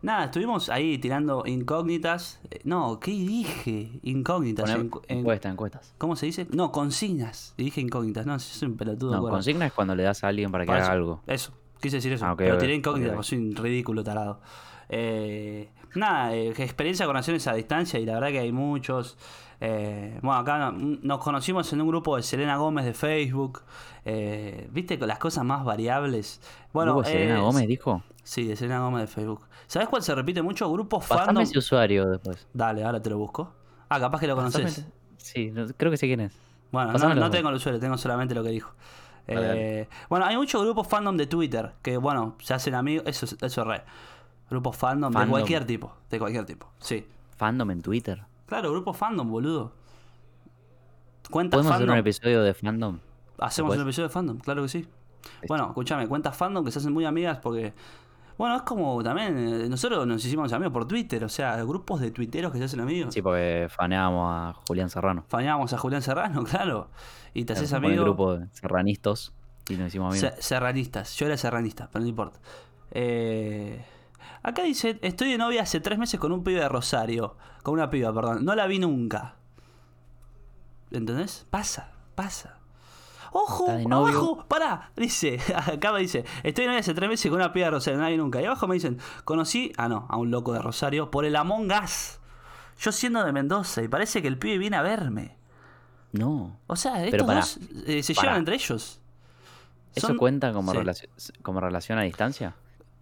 S1: nada, estuvimos ahí tirando incógnitas. Eh, No, ¿qué dije? Incógnitas.
S2: Poner
S1: en- en-
S2: encuestas, encuestas.
S1: ¿Cómo se dice? No, consignas. Y dije incógnitas. No, soy un pelotudo.
S2: No,
S1: acuerdo.
S2: consigna es cuando le das a alguien para que
S1: Por
S2: haga
S1: eso,
S2: algo.
S1: Eso, quise decir eso.
S2: Ah, ok,
S1: pero
S2: ok,
S1: tiré incógnita,
S2: ok, ok.
S1: porque soy un ridículo tarado. Eh, nada, eh, experiencia con relaciones a distancia y la verdad que hay muchos. Eh, bueno, acá no- nos conocimos en un grupo de Selena Gómez de Facebook. Eh, ¿Viste con las cosas más variables? Bueno,
S2: Hugo Serena
S1: eh,
S2: Gómez dijo.
S1: Sí, de Selena Gómez de Facebook. ¿Sabes cuál se repite mucho? Grupo
S2: Pasame
S1: fandom.
S2: ese usuario después.
S1: Dale, ahora te lo busco. Ah, capaz que lo
S2: Pasame
S1: conoces.
S2: ese- Sí, no- creo que sé quién es.
S1: Bueno, no,
S2: Pásamelo.
S1: no tengo el usuario, tengo solamente lo que dijo.
S2: Dale, dale.
S1: Eh, bueno, hay muchos grupos fandom de Twitter que, bueno, se hacen amigos. Eso, es- eso es re. Grupos fandom, de
S2: Fandom.
S1: cualquier tipo. De cualquier tipo, sí.
S2: Fandom en Twitter.
S1: Claro, grupos fandom, boludo. Cuentas
S2: ¿Podemos hacer
S1: fandom.
S2: un episodio de fandom?
S1: Hacemos
S2: después?
S1: un episodio de fandom, claro que sí. Bueno, escúchame, cuentas fandom que se hacen muy amigas porque. Bueno, es como también. eh, Nosotros nos hicimos amigos por Twitter, o sea, grupos de tuiteros que se hacen amigos.
S2: Sí, porque faneábamos a Julián Serrano.
S1: Faneábamos a Julián Serrano, claro. Y te haces
S2: Con el
S1: amigo.
S2: grupo de serranistas y nos hicimos amigos.
S1: Se- Serranistas. Yo era serranista, pero no importa. Eh, acá dice, estoy de novia hace tres meses con un pibe de Rosario. Con una piba, perdón. No la vi nunca. ¿Entendés? Pasa, pasa. ¡Ojo!
S2: Está de novio.
S1: ¡Abajo! ¡Pará! Dice, acá me dice, estoy de novia hace tres meses con una piba de Rosario, no la vi nunca. Y abajo me dicen, conocí, ah no, a un loco de Rosario por el Among Us. Yo siendo de Mendoza y parece que el pibe viene a verme.
S2: No.
S1: O sea,
S2: Pero
S1: estos
S2: pará,
S1: dos eh, se
S2: pará.
S1: llevan entre ellos.
S2: ¿Eso
S1: Son-
S2: cuenta como,
S1: Sí.
S2: relación, como relación a distancia?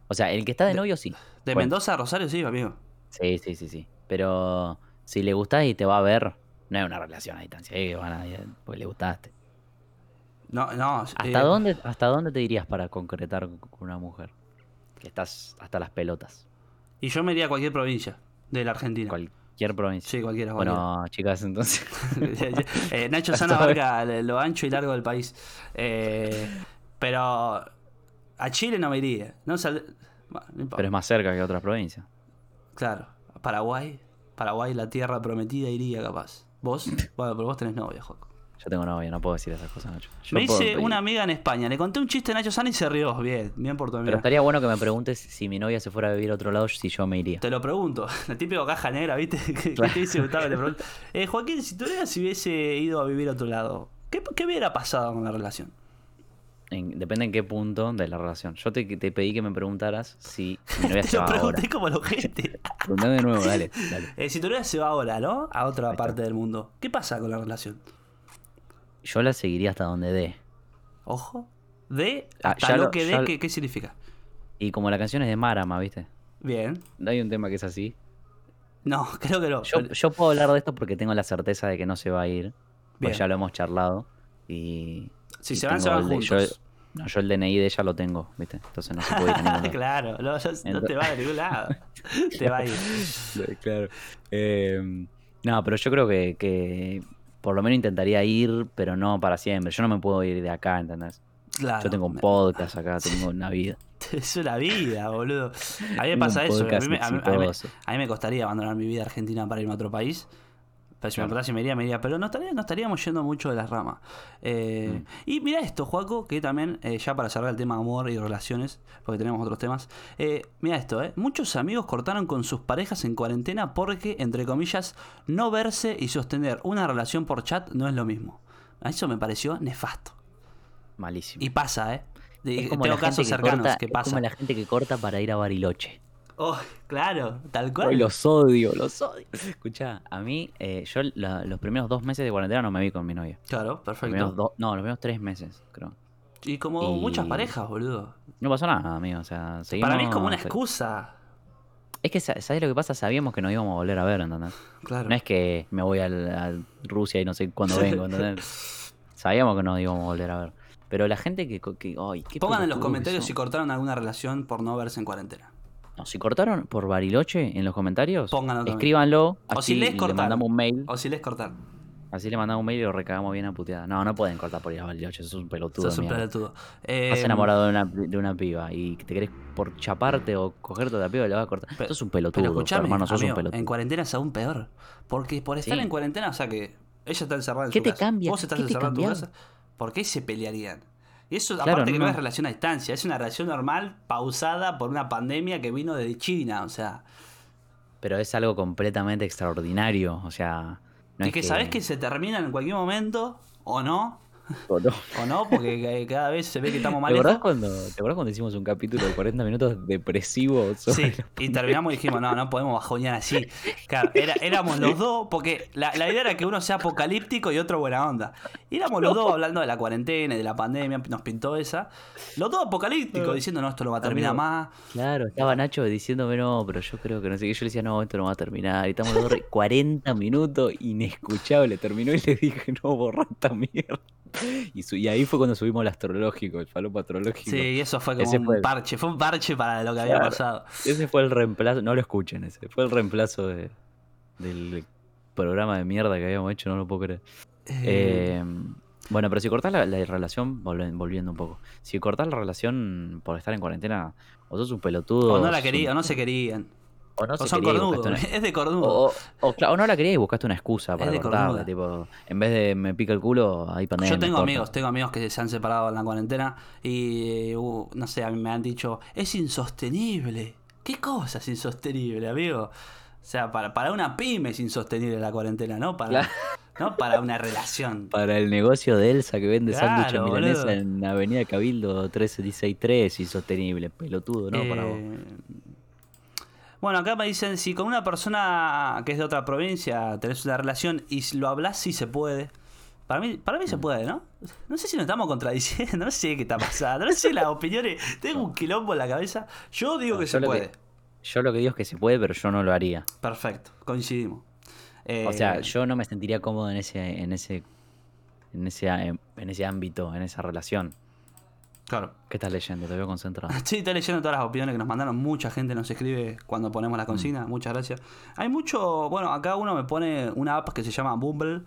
S2: O sea, el que está de novio sí.
S1: De
S2: Cuenta.
S1: Mendoza a Rosario, sí, amigo.
S2: Sí, sí, sí, sí. Pero si le gustás y te va a ver, no es una relación a distancia. eh, van a ir porque le gustaste.
S1: No, no.
S2: ¿Hasta,
S1: eh,
S2: dónde, ¿Hasta dónde te dirías para concretar con una mujer? Que estás hasta las pelotas.
S1: Y yo me iría a cualquier provincia de la Argentina.
S2: Cualquier provincia.
S1: Sí, cualquiera. cualquiera.
S2: bueno, chicas, entonces.
S1: Eh, Nacho Sana
S2: Hasta
S1: abarca lo- lo ancho y largo del país. Eh, pero a Chile no me iría. No sal- Bueno, no importa.
S2: Pero es más cerca que otras provincias.
S1: Claro. A Paraguay. Paraguay, la tierra prometida, iría capaz. ¿Vos? Bueno, pero vos tenés novia, Joco.
S2: Yo tengo novia, no puedo decir esas cosas, Nacho. Yo
S1: Me
S2: puedo
S1: hice
S2: pedir-
S1: una amiga en España. Le conté un chiste a Nacho Sana y se rió. Bien, bien por tu
S2: Pero
S1: amiga.
S2: estaría bueno que me preguntes si mi novia se fuera a vivir a otro lado, si yo me iría.
S1: Te lo pregunto, la típica caja negra, ¿viste? que que te dice Gustavo? Te pregunta, eh, Joaquín, si tu novia se hubiese ido a vivir a otro lado, ¿qué, qué hubiera pasado con la relación?
S2: En- depende en qué punto de la relación. Yo te, te pedí que me preguntaras si mi novia
S1: Te
S2: se
S1: lo
S2: va ahora.
S1: pregunté como lo gente. Eh,
S2: Preguntame de nuevo, dale, dale.
S1: si tu novia se va ahora, ¿no? A otra
S2: Ahí está.
S1: parte del mundo, ¿qué pasa con la relación?
S2: Yo la seguiría hasta donde dé.
S1: Ojo, de
S2: Ah,
S1: hasta
S2: ya
S1: lo,
S2: lo-
S1: que
S2: ya
S1: de,
S2: lo-
S1: ¿qué, qué significa?
S2: Y como la canción es de Marama, ¿viste?
S1: Bien.
S2: Hay un tema que es así.
S1: No, creo que no.
S2: Yo,
S1: Pero-
S2: yo puedo hablar de esto porque tengo la certeza de que no se va a ir.
S1: Bien.
S2: Pues ya lo hemos charlado. Y.
S1: Si
S2: y
S1: se van, se
S2: tengo
S1: van
S2: el de- yo-
S1: juntos.
S2: no, yo el DNI de ella lo tengo, ¿viste? Entonces no se puede ir a ningún lado.
S1: claro, no, ya- no te va de ningún lado. te va a ir.
S2: Claro. Em, no, pero yo creo que, que por lo menos intentaría ir, pero no para siempre. Yo no me puedo ir de acá, ¿entendés?
S1: Claro.
S2: Yo tengo un podcast acá, tengo una vida.
S1: Es una vida, boludo. A mí me
S2: Tengo
S1: pasa
S2: un
S1: eso. A mí,
S2: podcast
S1: me- a mí- a mí-
S2: exitoso.
S1: a mí me costaría abandonar mi vida argentina para irme a otro país. Pero si me
S2: Claro.
S1: preguntás si me iría, me iría. Pero no, estaría- no estaríamos yendo mucho de las ramas.
S2: Mm.
S1: Eh, Y mira esto, Juaco, que también, eh, ya para cerrar el tema amor y relaciones, porque tenemos otros temas. mira esto, eh. Muchos amigos cortaron con sus parejas en cuarentena porque, entre comillas, no verse y sostener una relación por chat no es lo mismo. A eso me pareció nefasto.
S2: Malísimo.
S1: Y pasa, ¿eh? De-
S2: Es como
S1: tengo
S2: la gente
S1: casos
S2: que
S1: cercanos
S2: corta-
S1: que
S2: es
S1: pasa.
S2: como la gente que corta para ir a Bariloche.
S1: Oh, claro, tal
S2: Ay,
S1: cual.
S2: los odio, los odio. Escuchá, a mí, eh, yo la- los primeros dos meses de cuarentena no me vi con mi novia.
S1: Claro,
S2: Los primeros
S1: perfecto.
S2: dos- no, los primeros tres meses, creo.
S1: Y como
S2: Y-
S1: muchas parejas, boludo.
S2: No pasó nada, amigo. O sea, seguimos.
S1: Para mí es como una excusa.
S2: Es que, sa- ¿sabes lo que pasa? Sabíamos que nos íbamos a volver a ver, ¿entendés?
S1: Claro.
S2: No es que me voy al- a Rusia y no sé cuándo vengo, ¿entendés? Sabíamos que nos íbamos a volver a ver. Pero la gente que. que ay, qué
S1: Pongan en los
S2: pelotudo
S1: comentarios
S2: que
S1: si
S2: son.
S1: cortaron alguna relación por no verse en cuarentena.
S2: No, si cortaron por Bariloche en los comentarios,
S1: Pónganlo también.
S2: escríbanlo. Así
S1: O si les
S2: le
S1: cortaron.
S2: mandamos un mail.
S1: O si les cortaron.
S2: Así le mandamos un mail y lo recagamos bien a puteada. No, no pueden cortar por ir a Bariloche, sos un pelotudo.
S1: Sos un
S2: mierda.
S1: pelotudo. Eh,
S2: Estás enamorado de una, de una piba y te querés por chaparte o cogerte a la piba y la vas a cortar.
S1: Pe-
S2: sos un pelotudo,
S1: Pero escuchame,
S2: hermano, sos
S1: amigo,
S2: un pelotudo.
S1: en cuarentena es aún peor. Porque por estar
S2: Sí.
S1: en cuarentena, o sea que ella está encerrada en
S2: ¿Qué
S1: su
S2: te
S1: casa.
S2: cambia?
S1: Vos estás
S2: ¿Qué te
S1: encerrado en tu
S2: cambiaba?
S1: casa. ¿Por qué se pelearían? Y eso,
S2: Claro,
S1: aparte que no
S2: no.
S1: es relación a distancia, es una relación normal pausada por una pandemia que vino de China, o sea.
S2: Pero es algo completamente extraordinario, o sea... No
S1: y
S2: es
S1: que, sabés que se terminan en cualquier momento, o no,
S2: O no.
S1: o no, porque eh, cada vez se ve que estamos mal.
S2: ¿Te acordás, cuando, ¿Te acordás cuando hicimos un capítulo de 40 minutos depresivo? sobre-
S1: Sí, y terminamos y dijimos, no, no podemos bajoñar así. Claro, era- éramos los dos, porque la, la idea era que uno sea apocalíptico y otro buena onda. Y éramos los dos hablando de la cuarentena y de la pandemia, nos pintó esa. Los dos apocalípticos, diciendo, no, esto no va a terminar
S2: Ah, Amigo.
S1: más.
S2: Claro, estaba Nacho diciéndome, no, pero yo creo que no sé qué. Yo le decía, no, esto no va a terminar. Y estamos los dos re- 40 minutos inescuchable. Terminó y le dije, no, borra esta mierda. Y, su- y ahí fue cuando subimos el astrológico, el falopa astrológico.
S1: Sí, y eso fue como
S2: Ese
S1: un
S2: fue el-
S1: parche, fue un parche para lo que había
S2: Claro.
S1: pasado.
S2: Ese fue el reemplazo, no lo escuchen ese, fue el reemplazo de- del programa de mierda que habíamos hecho, no lo puedo creer.
S1: Eh,
S2: Eh, bueno, pero si cortás la, la relación, volve- volviendo un poco, si cortás la relación por estar en cuarentena, o sos un pelotudo.
S1: o no la
S2: sos
S1: querían, o
S2: un-
S1: no se querían.
S2: o no
S1: O
S2: se
S1: son
S2: quería y buscaste
S1: cornudos,
S2: una-
S1: es de cornudo.
S2: o, o- o cla- o no la querías y buscaste una excusa para
S1: de
S2: cortarla,
S1: cornuda.
S2: tipo, en vez de me pica el culo, ahí pandemia.
S1: Yo tengo
S2: corto.
S1: amigos, tengo amigos que se han separado en la cuarentena y, uh, no sé, a mí me han dicho, es insostenible. ¿Qué cosa es insostenible, amigo? O sea, para, para una pyme es insostenible la cuarentena, ¿no? Para,
S2: Claro.
S1: no para una relación.
S2: Para el negocio de Elsa que vende
S1: Claro,
S2: sándwiches milanesa
S1: boludo.
S2: en Avenida Cabildo 13163, insostenible, pelotudo, ¿no? Para vos.
S1: Eh, Bueno, acá me dicen, si con una persona que es de otra provincia tenés una relación y lo hablas, sí se puede. Para mí, para
S2: Mm.
S1: mí se puede, ¿no? No sé si nos estamos contradiciendo, no sé qué está pasando, no sé las opiniones, tengo un quilombo en la cabeza. Yo digo
S2: No,
S1: que
S2: yo
S1: se
S2: lo que-
S1: puede.
S2: Yo lo que digo es que se puede, pero yo no lo haría.
S1: Perfecto, coincidimos.
S2: O
S1: Eh,
S2: sea, yo no me sentiría cómodo en ese, en ese, en ese, en ese ámbito, en esa relación.
S1: Claro.
S2: ¿Qué estás leyendo? Te veo concentrado.
S1: Sí, estoy leyendo todas las opiniones que nos mandaron. Mucha gente nos escribe cuando ponemos
S2: Mm.
S1: la consigna. Muchas gracias. Hay mucho. Bueno, acá uno me pone una app que se llama Bumble,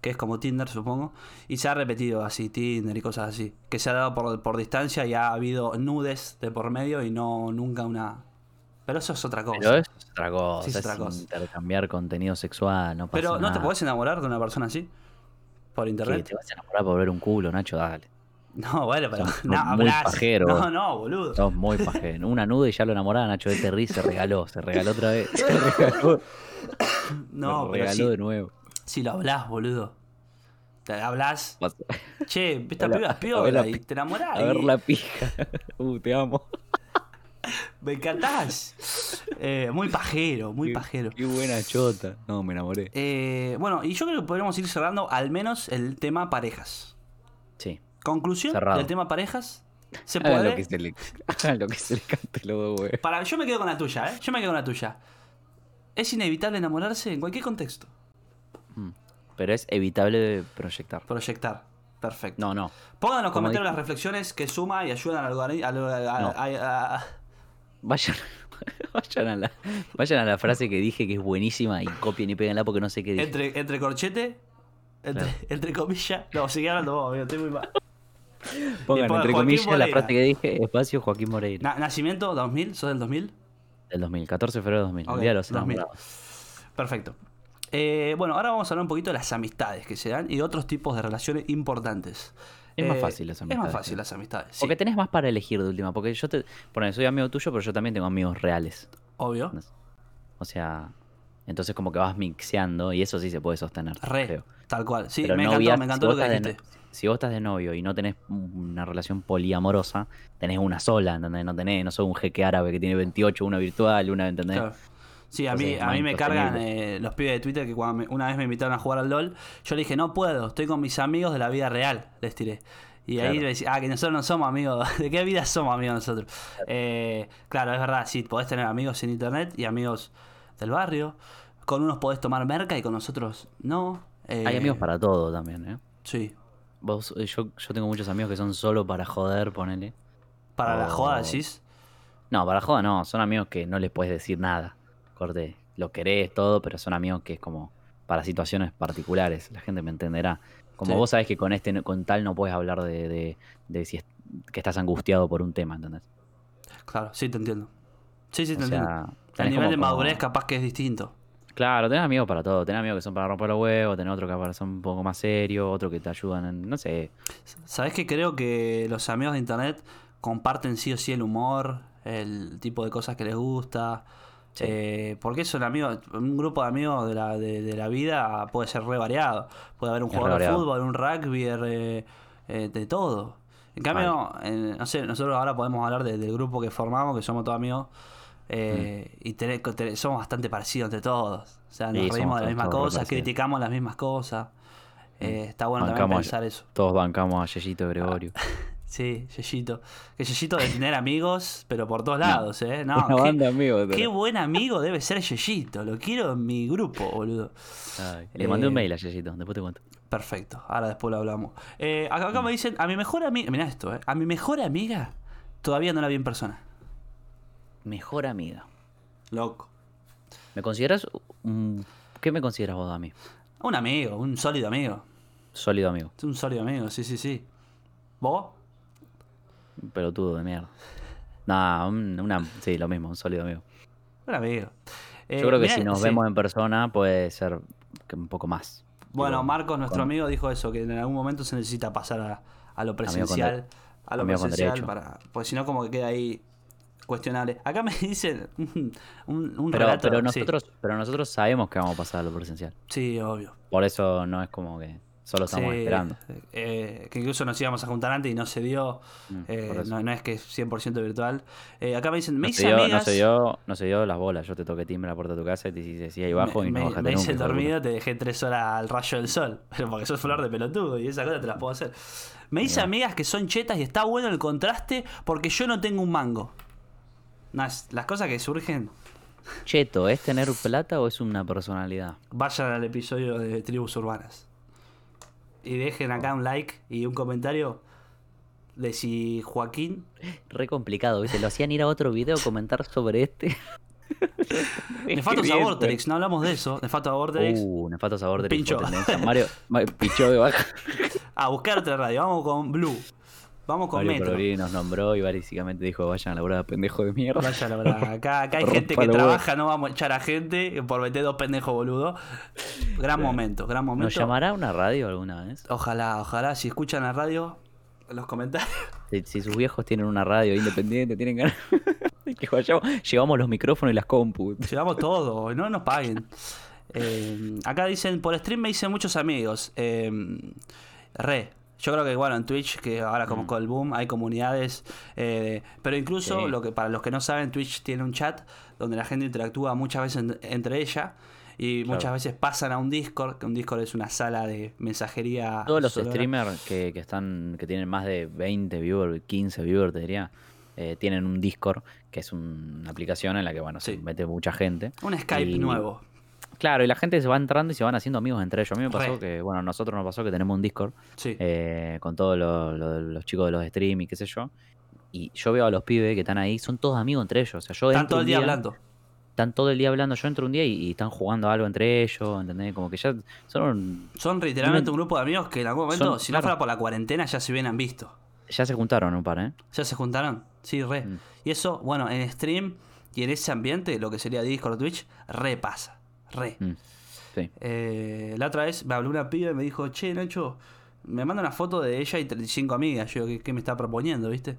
S1: que es como Tinder, supongo. Y se ha repetido así, Tinder y cosas así. Que se ha dado por, por distancia y ha habido nudes de por medio y no nunca una. Pero eso es otra cosa.
S2: Pero es otra cosa,
S1: Sí, es
S2: es
S1: otra cosa.
S2: intercambiar contenido sexual, no pasa
S1: Pero no
S2: nada.
S1: te podés enamorar de una persona así. Por
S2: Que
S1: internet.
S2: te vas a enamorar por ver un culo, Nacho, dale.
S1: No, bueno, pero.
S2: Sos
S1: No,
S2: muy
S1: hablás.
S2: pajero.
S1: No, no, boludo.
S2: Sos muy pajero. Una nuda y ya lo enamoraba Nacho de Terry, se regaló, se regaló otra vez. Se regaló,
S1: No,
S2: se
S1: pero
S2: regaló
S1: sí.
S2: de nuevo.
S1: Si lo hablas, boludo. Te hablas.
S2: Vas-
S1: Che, esta
S2: Hola,
S1: piba es
S2: a ver
S1: piola
S2: la
S1: y
S2: pi-
S1: te enamorás.
S2: A ver
S1: y
S2: la pija. Uh, te amo.
S1: Me encantás. Eh, muy pajero, muy
S2: Qué-
S1: pajero.
S2: Qué buena chota. No, me enamoré.
S1: Eh, bueno, y yo creo que podríamos ir cerrando al menos el tema parejas.
S2: Sí.
S1: Conclusión
S2: Cerrado.
S1: del tema parejas. Se
S2: Hagan
S1: puede.
S2: lo que se le, hagan lo que se le cante los dos, güey.
S1: Para, yo me quedo con la tuya, ¿eh? Yo me quedo con la tuya. Es inevitable enamorarse en cualquier contexto.
S2: Mm. Pero es evitable proyectar.
S1: Proyectar. Perfecto.
S2: No, no.
S1: Pongan en los
S2: Como
S1: comentarios las reflexiones que suma y ayudan al algori- al- al- al-
S2: No.
S1: a- a-
S2: Vayan, vayan, a la, vayan a la frase que dije que es buenísima y copien y péguenla porque no sé qué dije.
S1: Entre, entre corchete, entre, entre comillas. No, sigue hablando vos, amigo, estoy muy mal.
S2: Pongan
S1: pongan
S2: entre
S1: Joaquín
S2: comillas la
S1: Moreira.
S2: frase que dije, espacio Joaquín Moreira.
S1: Na- nacimiento 2000, sos del 2000.
S2: Del 2000, 14 de febrero de 2000. el
S1: Ok,
S2: día de los
S1: 2000.
S2: enamorados.
S1: Perfecto. Eh, bueno, ahora vamos a hablar un poquito de las amistades que se dan y de otros tipos de relaciones importantes. Eh,
S2: Es más fácil las
S1: Es
S2: amistades,
S1: más fácil
S2: sí.
S1: las amistades, sí,
S2: Porque tenés más para elegir de última. Porque yo te. Bueno, soy amigo tuyo, pero yo también tengo amigos reales.
S1: obvio.
S2: O sea. Entonces, como que vas mixeando y eso sí se puede sostener.
S1: Re,
S2: creo.
S1: tal cual. Sí,
S2: Pero
S1: me
S2: novias,
S1: encantó, me encantó
S2: si
S1: lo
S2: vos
S1: que
S2: estás de
S1: dijiste.
S2: no- si vos estás de novio y no tenés una relación poliamorosa, tenés una sola, ¿entendés? No tenés, no sos un jeque árabe que tiene 28, una virtual, una, ¿entendés?
S1: Claro. Sí, a mí,
S2: ¿eh? Entonces,
S1: a mí
S2: más
S1: me cargan eh, los pibes de Twitter que cuando me- una vez me invitaron a jugar al LOL, yo le dije, no puedo, estoy con mis amigos de la vida real, les tiré. Y ahí
S2: Claro.
S1: me decía, ah, que nosotros no somos amigos, ¿de qué vida somos amigos nosotros? Eh, claro, es verdad, sí, podés tener amigos en internet y amigos del barrio, con unos podés tomar merca y con nosotros no. Eh,
S2: Hay amigos para todo también, ¿eh?
S1: Sí.
S2: vos, yo, yo tengo muchos amigos que son solo para joder, ponele.
S1: Para la
S2: Oh.
S1: joda, decís.
S2: No, para joda no, son amigos que no les puedes decir nada. Corte, lo querés todo, pero son amigos que es como para situaciones particulares, la gente me entenderá. Como
S1: Sí.
S2: vos sabés que con este no- con tal no puedes hablar de, de- de si es- que estás angustiado por un tema, ¿entendés?
S1: Claro, sí, te entiendo. Sí, sí, te
S2: O
S1: entiendo.
S2: sea,
S1: El
S2: tenés
S1: nivel
S2: como-
S1: de
S2: como-
S1: madurez capaz que es distinto.
S2: Claro, tenés amigos para todo, tenés amigos que son para romper los huevos, tenés otros que son un poco más serios, otros que te ayudan en, no sé,
S1: ¿Sabés que creo que los amigos de internet comparten sí o sí el humor, el tipo de cosas que les gusta?
S2: Sí.
S1: Eh, porque son amigos, un grupo de amigos de la, de, de la vida puede ser re variado. Puede haber un
S2: Es re
S1: jugador de
S2: variado.
S1: fútbol, un rugby, eh, eh, de todo. En cambio, eh, no sé, nosotros ahora podemos hablar de- del grupo que formamos, que somos todos amigos, eh, y tener- tener- somos bastante parecidos entre todos. O sea, nos
S2: Mm. Sí,
S1: reímos de
S2: somos todos-
S1: las mismas
S2: todos re
S1: cosas,
S2: parecidos. Mm.
S1: criticamos las mismas cosas. Eh, está bueno también
S2: Bancamos-
S1: pensar eso.
S2: todos bancamos a Yeyito Gregorio.
S1: Sí, Yeyito. Que Yeyito debe tener amigos, pero por todos lados, ¿eh? No,
S2: Una
S1: qué,
S2: banda de amigos,
S1: qué
S2: pero-
S1: buen amigo debe ser Yeyito. Lo quiero en mi grupo, boludo.
S2: Ay, Le mandé un
S1: Eh,
S2: mail a Yeyito, después te cuento.
S1: Perfecto, ahora después lo hablamos. Eh, acá, acá
S2: Mm.
S1: me dicen, a mi mejor amiga, mirá esto, ¿eh? A mi mejor amiga todavía no la vi en persona.
S2: Mejor amiga.
S1: Loco.
S2: ¿Me consideras un... ¿Qué me consideras vos a mí?
S1: Un amigo, un sólido amigo.
S2: Sólido amigo,
S1: Un sólido amigo, sí, sí, sí. ¿Vos?
S2: un pelotudo de mierda. Nah, un- una... sí, lo mismo, un sólido amigo.
S1: Un amigo. Eh,
S2: Yo creo que
S1: mirá,
S2: si nos
S1: sí.
S2: vemos en persona puede ser que un poco más.
S1: Bueno,
S2: Tipo,
S1: Marcos, nuestro
S2: con-
S1: amigo, dijo eso, que en algún momento se necesita pasar a, a lo presencial. A lo
S2: amigo con
S1: presencial
S2: derecho.
S1: para. Pues si no, como que queda ahí cuestionable. Acá me dicen un, un
S2: Pero,
S1: relato.
S2: pero,
S1: sí.
S2: nosotros, pero nosotros sabemos que vamos a pasar a lo presencial.
S1: Sí, obvio.
S2: Por eso no es como que solo estamos
S1: Sí,
S2: esperando.
S1: eh, que incluso nos íbamos a juntar antes y no se dio.
S2: Mm,
S1: Eh,
S2: por eso.
S1: no, no es que es 100% virtual. Eh, acá me dicen, me
S2: No
S1: hice
S2: se, dio, no
S1: amigas.
S2: se dio, no se dio las bolas. Yo te toqué timbre a la puerta de tu casa y te hice sí ahí bajo
S1: me,
S2: y no
S1: me-
S2: bajaste
S1: me hice
S2: nunca, hijo de puta.
S1: dormido, te dejé tres horas al rayo del sol. Pero porque sos flor de pelotudo y esas cosas te las puedo hacer. Me hice
S2: Mirá.
S1: amigas que son chetas y está bueno el contraste porque yo no tengo un mango. Nas- las cosas que surgen,
S2: Cheto, ¿es tener plata o es una personalidad?
S1: vayan al episodio de Tribus Urbanas. Y dejen acá un like y un comentario de si Joaquín
S2: Re complicado, ¿viste? Lo hacían ir a otro video a comentar sobre este.
S1: Nefatos a Vortex, no hablamos de eso. Nefatos a Vortex.
S2: Uh, nefato sabor de
S1: Pincho.
S2: tendencia. Mario, Ma- pichó de baja.
S1: A buscar otra radio. Vamos con Blue. Vamos con
S2: Mario
S1: Metro.
S2: Perolini nos nombró y básicamente dijo, vayan a la hora pendejo de mierda.
S1: Vaya la verdad. Acá, acá hay gente
S2: Rompa
S1: que
S2: los huevos.
S1: trabaja, no vamos a echar a gente por meter dos pendejos boludos. Gran momento, gran momento.
S2: ¿Nos llamará una radio alguna vez?
S1: Ojalá, ojalá, si escuchan la radio, en los comentarios.
S2: Si, si sus viejos tienen una radio independiente, tienen ganas de que vayamos. Llevamos los micrófonos y las compu.
S1: Llevamos todo, no nos paguen. Eh, acá dicen, por stream me dicen muchos amigos. Eh, re. Yo creo que bueno, en Twitch, que ahora
S2: Mm.
S1: como con el boom, hay comunidades. eh, pero incluso
S2: Sí.
S1: lo que para los que no saben, Twitch tiene un chat donde la gente interactúa muchas veces en- entre ella. Y
S2: Claro.
S1: muchas veces pasan a un Discord, que un Discord es una sala de mensajería.
S2: Todos los
S1: sonora.
S2: streamers que, que están que tienen más de 20 viewers, 15 viewers, te diría, eh, tienen un Discord, que es un- una aplicación en la que, bueno,
S1: Sí.
S2: se mete mucha gente.
S1: Un Skype
S2: Y-
S1: nuevo.
S2: Claro, y la gente se va entrando y se van haciendo amigos entre ellos. A mí me pasó
S1: Re.
S2: que, bueno, a nosotros nos pasó que tenemos un Discord
S1: Sí.
S2: eh, con todos lo- lo- los chicos de los stream y qué sé yo. Y yo veo a los pibes que están ahí, son todos amigos entre ellos. O sea, yo
S1: Están
S2: entro
S1: todo
S2: un
S1: el día
S2: día-
S1: hablando.
S2: Están todo el día hablando. Yo entro un día y, y están jugando algo entre ellos, ¿entendés? Como que ya son un-
S1: Son literalmente
S2: Una-
S1: un grupo de amigos que en algún momento,
S2: Son-
S1: si no
S2: claro.
S1: fuera por la cuarentena, ya se hubieran visto.
S2: ya se juntaron un par, ¿eh?
S1: Ya se juntaron, sí, re.
S2: Mm.
S1: Y eso, bueno, en stream y en ese ambiente, lo que sería Discord Twitch, re pasa. Re.
S2: Mm. Sí.
S1: Eh, la otra vez me habló una piba y me dijo, che, Nacho, me manda una foto de ella y 35 amigas. Yo digo, ¿qué, qué me está proponiendo, viste?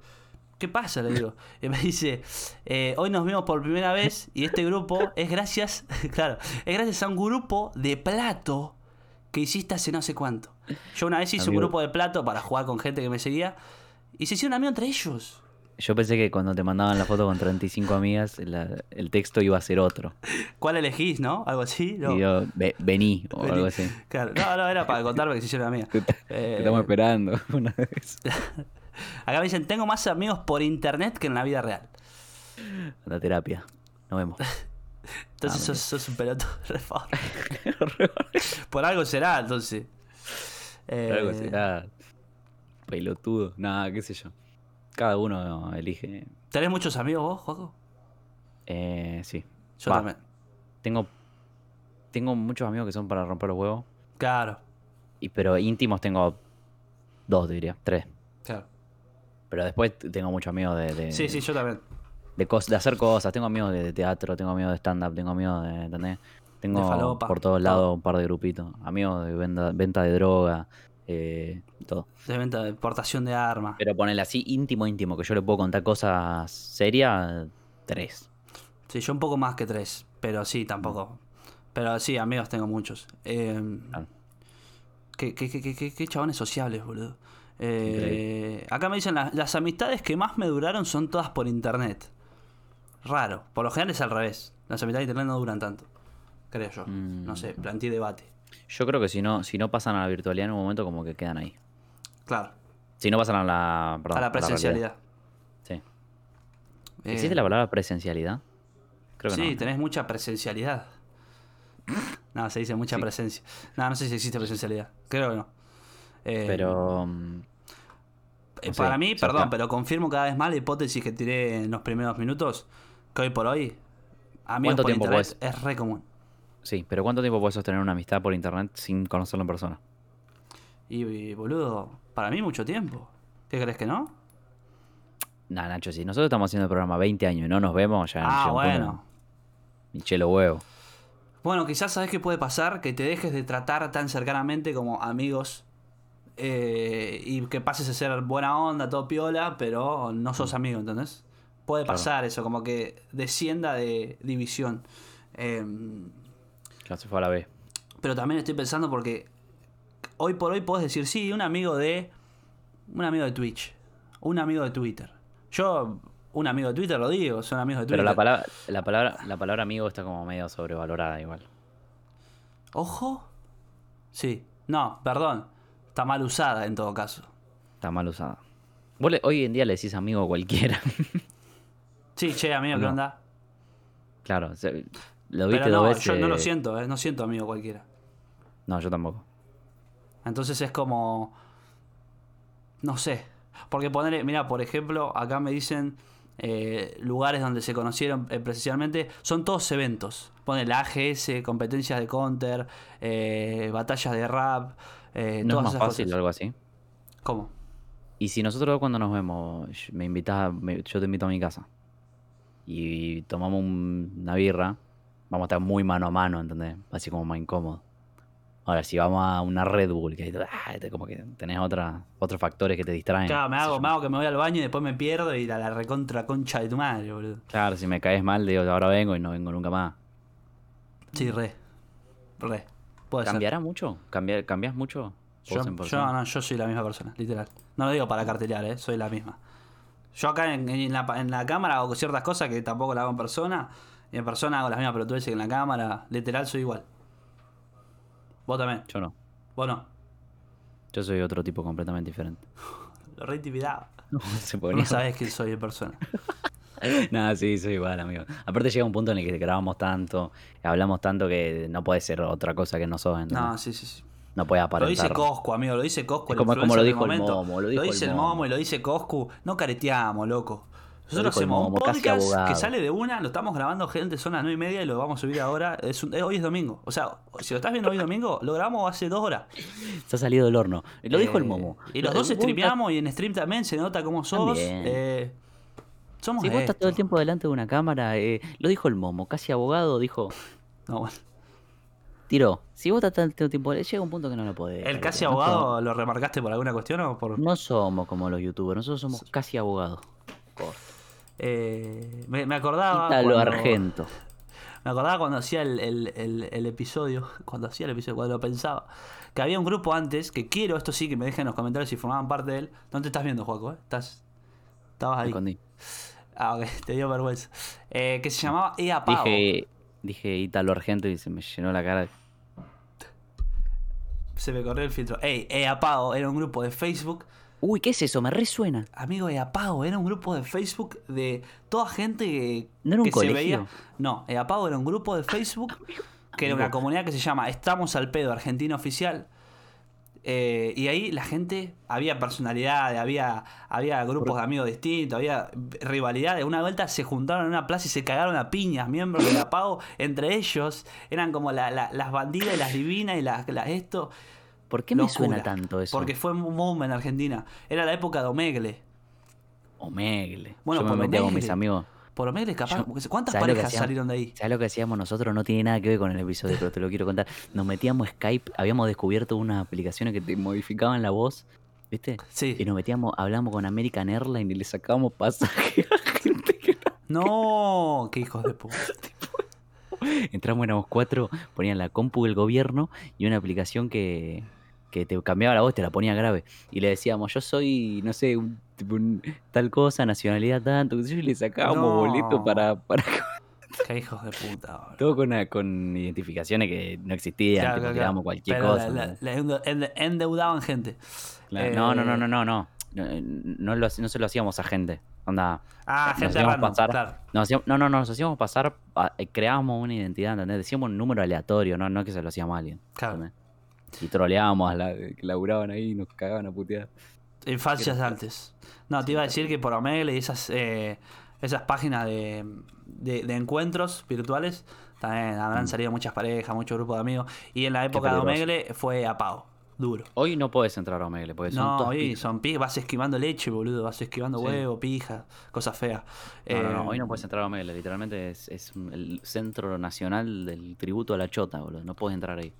S1: ¿Qué pasa? Le digo. Y me dice, eh, hoy nos vemos por primera vez y este grupo es gracias, claro, es gracias a un grupo de plato que hiciste hace no sé cuánto. Yo una vez hice un
S2: Amigo.
S1: grupo de plato para jugar con gente que me seguía y se hicieron amigos entre ellos.
S2: Yo pensé que cuando te mandaban la foto con 35 amigas, la- el texto iba a ser otro.
S1: ¿Cuál elegís, no? Algo así. No.
S2: Y yo, "Ve- vení o
S1: Vení. Eh.
S2: algo así.
S1: Claro. no, no, era para contarme que se hicieron amigas.
S2: Te
S1: Eh,
S2: estamos esperando una vez.
S1: acá me dicen, tengo más amigos por internet que en la vida real.
S2: La terapia. Nos vemos.
S1: Entonces
S2: Ah,
S1: sos, sos un pelotudo, por favor. por algo será, entonces. Eh,
S2: Algo así. Ah, pelotudo. Nada, qué sé yo. Cada uno elige.
S1: ¿Tenés muchos amigos vos, Juaco?
S2: Eh, sí.
S1: Yo
S2: Va,
S1: también.
S2: Tengo, tengo muchos amigos que son para romper los huevos.
S1: Claro,
S2: Y, pero íntimos tengo dos, diría. Tres.
S1: claro.
S2: Pero después t- tengo muchos amigos de, de,
S1: Sí, sí, yo también.
S2: de, cos- de hacer cosas. Tengo amigos de, de teatro, tengo amigos de stand-up, tengo amigos de. ¿Entendés? Tengo
S1: De falopa,
S2: por todos
S1: todo.
S2: lados un par de grupitos. Amigos de venda- venta de droga, eh, todo.
S1: De venta de portación de armas.
S2: Pero ponele así íntimo, íntimo, que yo le puedo contar cosas serias, tres.
S1: Sí, yo un poco más que tres, pero sí, tampoco. Pero sí, amigos tengo muchos. Eh,
S2: Claro.
S1: qué, qué- qué- qué- qué- qué chabones sociables, boludo. Eh, acá me dicen, "Las- las amistades que más me duraron son todas por internet. Raro, por lo general es al revés. Las amistades de internet no duran tanto, creo yo.
S2: Mm.
S1: No sé, planteé debate.
S2: Yo creo que si no, si no pasan a la virtualidad en un momento, como que quedan ahí.
S1: Claro,
S2: Si no pasan a la, perdón,
S1: a la
S2: realidad.
S1: presencialidad.
S2: sí.
S1: Eh,
S2: ¿Existe la palabra presencialidad? Creo que
S1: sí,
S2: no.
S1: tenés mucha presencialidad. no, se dice mucha
S2: Sí.
S1: presencia. No, no sé si existe presencialidad. Creo que no. Eh,
S2: Pero. mm,
S1: Eh,
S2: No sé,
S1: para mí,
S2: cerca.
S1: perdón, pero confirmo cada vez más la hipótesis que tiré en los primeros minutos, que hoy por hoy, amigos
S2: ¿Cuánto
S1: por
S2: tiempo
S1: internet es re común.
S2: Sí, pero ¿cuánto tiempo puedes sostener una amistad por internet sin conocerlo en persona?
S1: Y, y, boludo, para mí mucho tiempo. ¿Qué crees que no?
S2: Nah, Nacho, si nosotros estamos haciendo el programa 20 años y no nos vemos, ya.
S1: ah,
S2: llega un punto
S1: bueno.
S2: que- Y chelo huevo.
S1: Bueno, quizás sabes qué puede pasar, que te dejes de tratar tan cercanamente como amigos eh, y que pases a ser buena onda, todo piola, pero no sos amigo, ¿entendés? Puede
S2: Mm. Claro.
S1: pasar eso, como que descienda de división. Em,
S2: No se fue a la B.
S1: Pero también estoy pensando porque hoy por hoy podés decir, sí, un amigo de. Un amigo de Twitch. Un amigo de Twitter. Yo, un amigo de Twitter lo digo, son amigos de Twitter.
S2: Pero la palabra, la palabra, la palabra amigo está como medio sobrevalorada igual.
S1: Ojo. Sí. No, perdón. Está mal usada en todo caso.
S2: Está mal usada. Vos le- hoy en día le decís amigo a cualquiera.
S1: Sí, che, amigo, ¿qué
S2: No.
S1: onda?
S2: claro, o sea, lo viste
S1: Pero no,
S2: dos veces.
S1: yo no lo siento, ¿eh? no siento amigo cualquiera.
S2: No, yo tampoco.
S1: Entonces es como. No sé. Porque poner, mira, por ejemplo, acá me dicen eh, lugares donde se conocieron eh, presencialmente, son todos eventos. Pone la AGS, competencias de counter, eh, batallas de rap, eh,
S2: ¿No es
S1: todas
S2: más
S1: esas
S2: fácil
S1: cosas.
S2: algo así?
S1: ¿Cómo?
S2: Y si nosotros cuando nos vemos, sh- me invitas, a- me- yo te invito a mi casa y tomamos un- una birra, vamos a estar muy mano a mano, ¿entendés? Así como más incómodo. Ahora, si vamos a una Red Bull, que ahí te- ah, te- como que tenés otra, otros factores que te distraen.
S1: Claro, me
S2: qué sé
S1: hago,
S2: yo.
S1: me hago que me voy al baño y después me pierdo y la, la recontra concha de tu madre, boludo.
S2: Claro, si me caes mal, digo, ahora vengo y no vengo nunca más.
S1: Sí,
S2: Mm.
S1: re. Re. Puede ser.
S2: ¿Cambiará mucho? ¿Cambiar, ¿Cambiás mucho?
S1: Yo,
S2: vos en
S1: yo
S2: persona?
S1: no, yo soy la misma persona, literal. No lo digo para cartelear, ¿eh? soy la misma. Yo acá en, en la, pa- en la cámara hago ciertas cosas que tampoco las hago en persona. Y en persona hago las mismas pelotudeces que en la cámara. Literal soy igual. Vos también.
S2: Yo no.
S1: Vos no.
S2: Yo soy otro tipo completamente diferente.
S1: Lo re intimidaba.
S2: Se
S1: Vos
S2: ponía-
S1: No sabés quién soy en persona.
S2: Nada, sí, soy igual, amigo. Aparte llega un punto en el que grabamos tanto, hablamos tanto que no puede ser otra cosa que no sos, ¿entendés?
S1: No,
S2: No,
S1: sí, sí, sí.
S2: puede
S1: Lo
S2: aparentar.
S1: dice Coscu, amigo. Lo dice Coscu. el
S2: Como- como
S1: influencer
S2: lo
S1: del
S2: dijo el
S1: momento.
S2: Momo, lo dijo el
S1: dice el
S2: Momo.
S1: Momo y lo dice Coscu. No careteamos, loco. Nosotros
S2: dijo el
S1: hacemos un
S2: Momo, casi
S1: podcast que
S2: abogado.
S1: sale de una, lo estamos grabando, gente, son las 9 y media y lo vamos a subir ahora. Es un- eh, hoy es domingo. O sea, si lo estás viendo hoy domingo, lo grabamos hace dos horas.
S2: Se ha salido del horno. Lo dijo el
S1: Eh,
S2: Momo.
S1: Y los
S2: Lo-
S1: dos
S2: vos
S1: streameamos y en stream también se nota cómo sos.
S2: También.
S1: eh, somos
S2: estás- Sí, vos estás
S1: esto.
S2: todo el tiempo delante de una cámara. eh, lo dijo el Momo, casi abogado, dijo,
S1: No, bueno.
S2: tiro, si vos estás todo el tiempo, eh, llega un punto que no lo podés.
S1: El casi
S2: no
S1: abogado, ¿lo remarcaste por alguna cuestión o por...?
S2: somos- No somos como los youtubers, nosotros somos casi abogados.
S1: Eh, me, me acordaba...
S2: Ítalo
S1: cuando-
S2: argento.
S1: Me acordaba cuando hacía el, el- el- el episodio, cuando hacía el episodio, cuando lo pensaba, que había un grupo antes, que quiero, esto sí, que me dejen en los comentarios si formaban parte de él. No te estás viendo, Juaco, ¿eh? Estás, estabas
S2: Me
S1: ahí.
S2: escondí.
S1: Ah, ok, te dio vergüenza. Eh, que se llamaba Ea Pavo.
S2: Dije, dije Ítalo argento y se me llenó la cara.
S1: Se me corrió el filtro. Ey, Ea Pavo era un grupo de Facebook.
S2: Uy, ¿qué es eso? Me resuena.
S1: Amigo Ea Pavo era un grupo de Facebook de toda gente que,
S2: ¿No era un
S1: que se
S2: colegio?
S1: veía. No, Ea Pavo era un grupo de Facebook que era una comunidad que se llama Estamos al Pedo Argentino Oficial. Eh, y ahí la gente, había personalidades, había, había grupos de amigos distintos, había rivalidades. Una vuelta se juntaron en una plaza y se cagaron a piñas, miembros de la PAO, entre ellos. Eran como la- la- las bandidas y las divinas y las, las esto.
S2: ¿Por qué me
S1: Locura.
S2: suena tanto eso?
S1: Porque fue un boom en Argentina. Era la época de Omegle.
S2: Omegle.
S1: Bueno,
S2: Yo me
S1: por
S2: metía con
S1: Omegle.
S2: mis amigos.
S1: Por Omegle, capaz.
S2: Yo-
S1: ¿Cuántas
S2: ¿sabés lo que
S1: parejas
S2: hacíamos?
S1: salieron de ahí?
S2: ¿Sabes lo que hacíamos nosotros? No tiene nada que ver con el episodio, pero te lo quiero contar. Nos metíamos Skype, habíamos descubierto unas aplicaciones que te modificaban la voz, ¿viste?
S1: Sí.
S2: Y nos metíamos, hablamos con American Airlines y le sacábamos pasaje a gente que no-
S1: No, qué hijos de puta.
S2: Entramos, éramos cuatro, ponían la compu del gobierno y una aplicación que, que te cambiaba la voz, te la ponía grave. Y le decíamos, yo soy, no sé, un- tipo un- tal cosa, nacionalidad tanto, qué sé yo, y le sacábamos
S1: No.
S2: boleto para, para
S1: Qué hijos de puta. boludo.
S2: Todo con, una- con identificaciones que no existían,
S1: Claro,
S2: tipo,
S1: claro,
S2: tirábamos
S1: claro.
S2: cualquier
S1: Pero
S2: cosa.
S1: la-
S2: ¿no?
S1: la- la endeu- ende- endeudaban gente.
S2: La-
S1: eh,
S2: no, no, no, no, no, no. No, eh, no lo, hac- no se lo hacíamos a gente. Onda,
S1: Ah,
S2: Nos
S1: gente
S2: hacíamos
S1: random.
S2: pasar.
S1: Claro.
S2: nos hacíamos- no, no, no, nos hacíamos pasar, a- eh, creábamos una identidad, ¿entendés? Decíamos un número aleatorio, no, no que se lo hacíamos a alguien.
S1: claro.
S2: ¿entendés? Y troleábamos a la que laburaban ahí y nos cagaban a putear.
S1: En falsas antes. No, te iba a decir que por Omegle y esas, eh, esas páginas de, de, de encuentros virtuales también habrán salido muchas parejas, muchos grupos de amigos. Y en la época de
S2: Mm. peligroso.
S1: Omegle fue apago, duro.
S2: Hoy no podés entrar a Omegle porque son
S1: No,
S2: todas
S1: hoy
S2: pijas.
S1: son pijas, vas esquivando leche, boludo, vas esquivando
S2: Sí.
S1: huevo, pija, cosas feas.
S2: No, no,
S1: Eh,
S2: no, hoy no puedes entrar a Omegle, literalmente es, es un- el centro nacional del tributo a la chota, boludo. No puedes entrar ahí.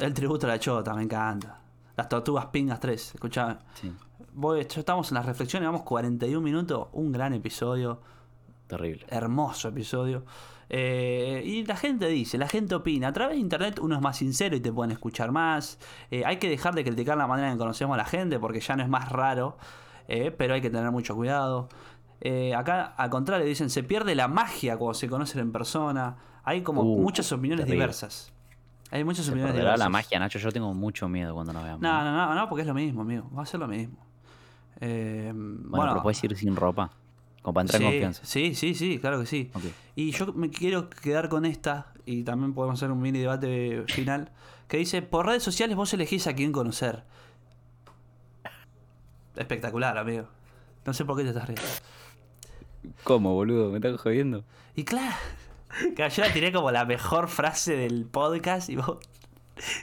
S1: El tributo a la chota, me encanta. Las tortugas pingas 3, escuchame.
S2: Sí,
S1: Voy, ya estamos en las reflexiones, vamos 41 minutos, un gran episodio,
S2: terrible.
S1: hermoso episodio. Eh, y la gente dice, la gente opina, a través de internet uno es más sincero y te pueden escuchar más. Eh, hay que dejar de criticar la manera en que conocemos a la gente porque ya no es más raro, eh, pero hay que tener mucho cuidado. Eh, acá al contrario dicen, se pierde la magia cuando se conocen en persona. Hay como
S2: Uh,
S1: muchas opiniones
S2: terrible.
S1: diversas. Hay muchas
S2: Se
S1: opiniones
S2: perderá
S1: diversas.
S2: la magia, Nacho. Yo tengo mucho miedo cuando nos veamos.
S1: No,
S2: ¿eh?
S1: no, no, no, porque es lo mismo, amigo. Va a ser lo mismo. Eh,
S2: Bueno,
S1: bueno,
S2: pero puedes ir sin ropa. Como para entrar en
S1: sí,
S2: confianza.
S1: Sí, sí, sí, claro que sí.
S2: Ok.
S1: Y yo me quiero quedar con esta, y también podemos hacer un mini debate final, que dice, por redes sociales vos elegís a quién conocer. Espectacular, amigo. No sé por qué te estás riendo.
S2: ¿Cómo, boludo? ¿Me estás jodiendo?
S1: Y claro, claro, yo la tiré como la mejor frase del podcast y vos...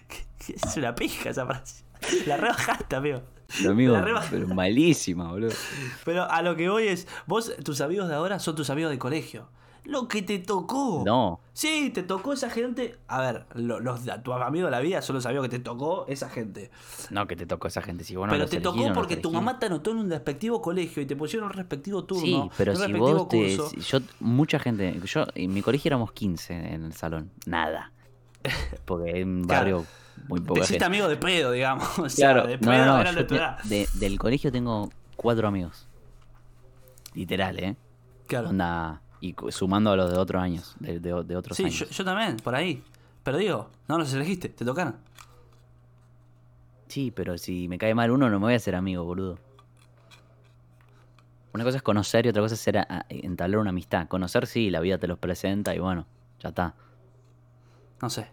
S1: Es una pija esa frase. La rebajaste, amigo.
S2: Lo amigo,
S1: La reba-
S2: pero malísima, boludo.
S1: Pero a lo que voy es, vos, tus amigos de ahora son tus amigos de colegio. Lo que te tocó.
S2: No.
S1: Sí, te tocó esa gente. A ver, lo- los, de- tus amigos de la vida son los amigos que te tocó esa gente.
S2: No, que te tocó esa gente. Si vos no
S1: pero
S2: los
S1: te
S2: elegís,
S1: tocó
S2: no los
S1: porque tu
S2: elegís.
S1: mamá te anotó en un respectivo colegio y te pusieron un respectivo turno.
S2: Sí, pero
S1: un
S2: si
S1: respectivo
S2: vos te.
S1: curso.
S2: si- Yo, mucha gente. Yo, en mi colegio éramos 15 en el salón. Nada. Porque es un
S1: Claro.
S2: barrio muy
S1: Te
S2: poco.
S1: hiciste amigo de pedo, digamos. O sea,
S2: Claro,
S1: de
S2: no,
S1: pedo
S2: no, no,
S1: eran de
S2: yo
S1: tu
S2: te-
S1: edad.
S2: de- del colegio tengo cuatro amigos. Literal, ¿eh?
S1: Claro.
S2: Onda, y cu- sumando a los de otros años, de, de- de otros
S1: Sí,
S2: años.
S1: yo, yo también, por ahí. Pero digo, no los elegiste, te tocaron.
S2: Sí, pero si me cae mal uno, no me voy a hacer amigo, boludo. Una cosa es conocer y otra cosa es ser a- a- entablar una amistad. Conocer sí, la vida te los presenta y bueno, ya está.
S1: No sé.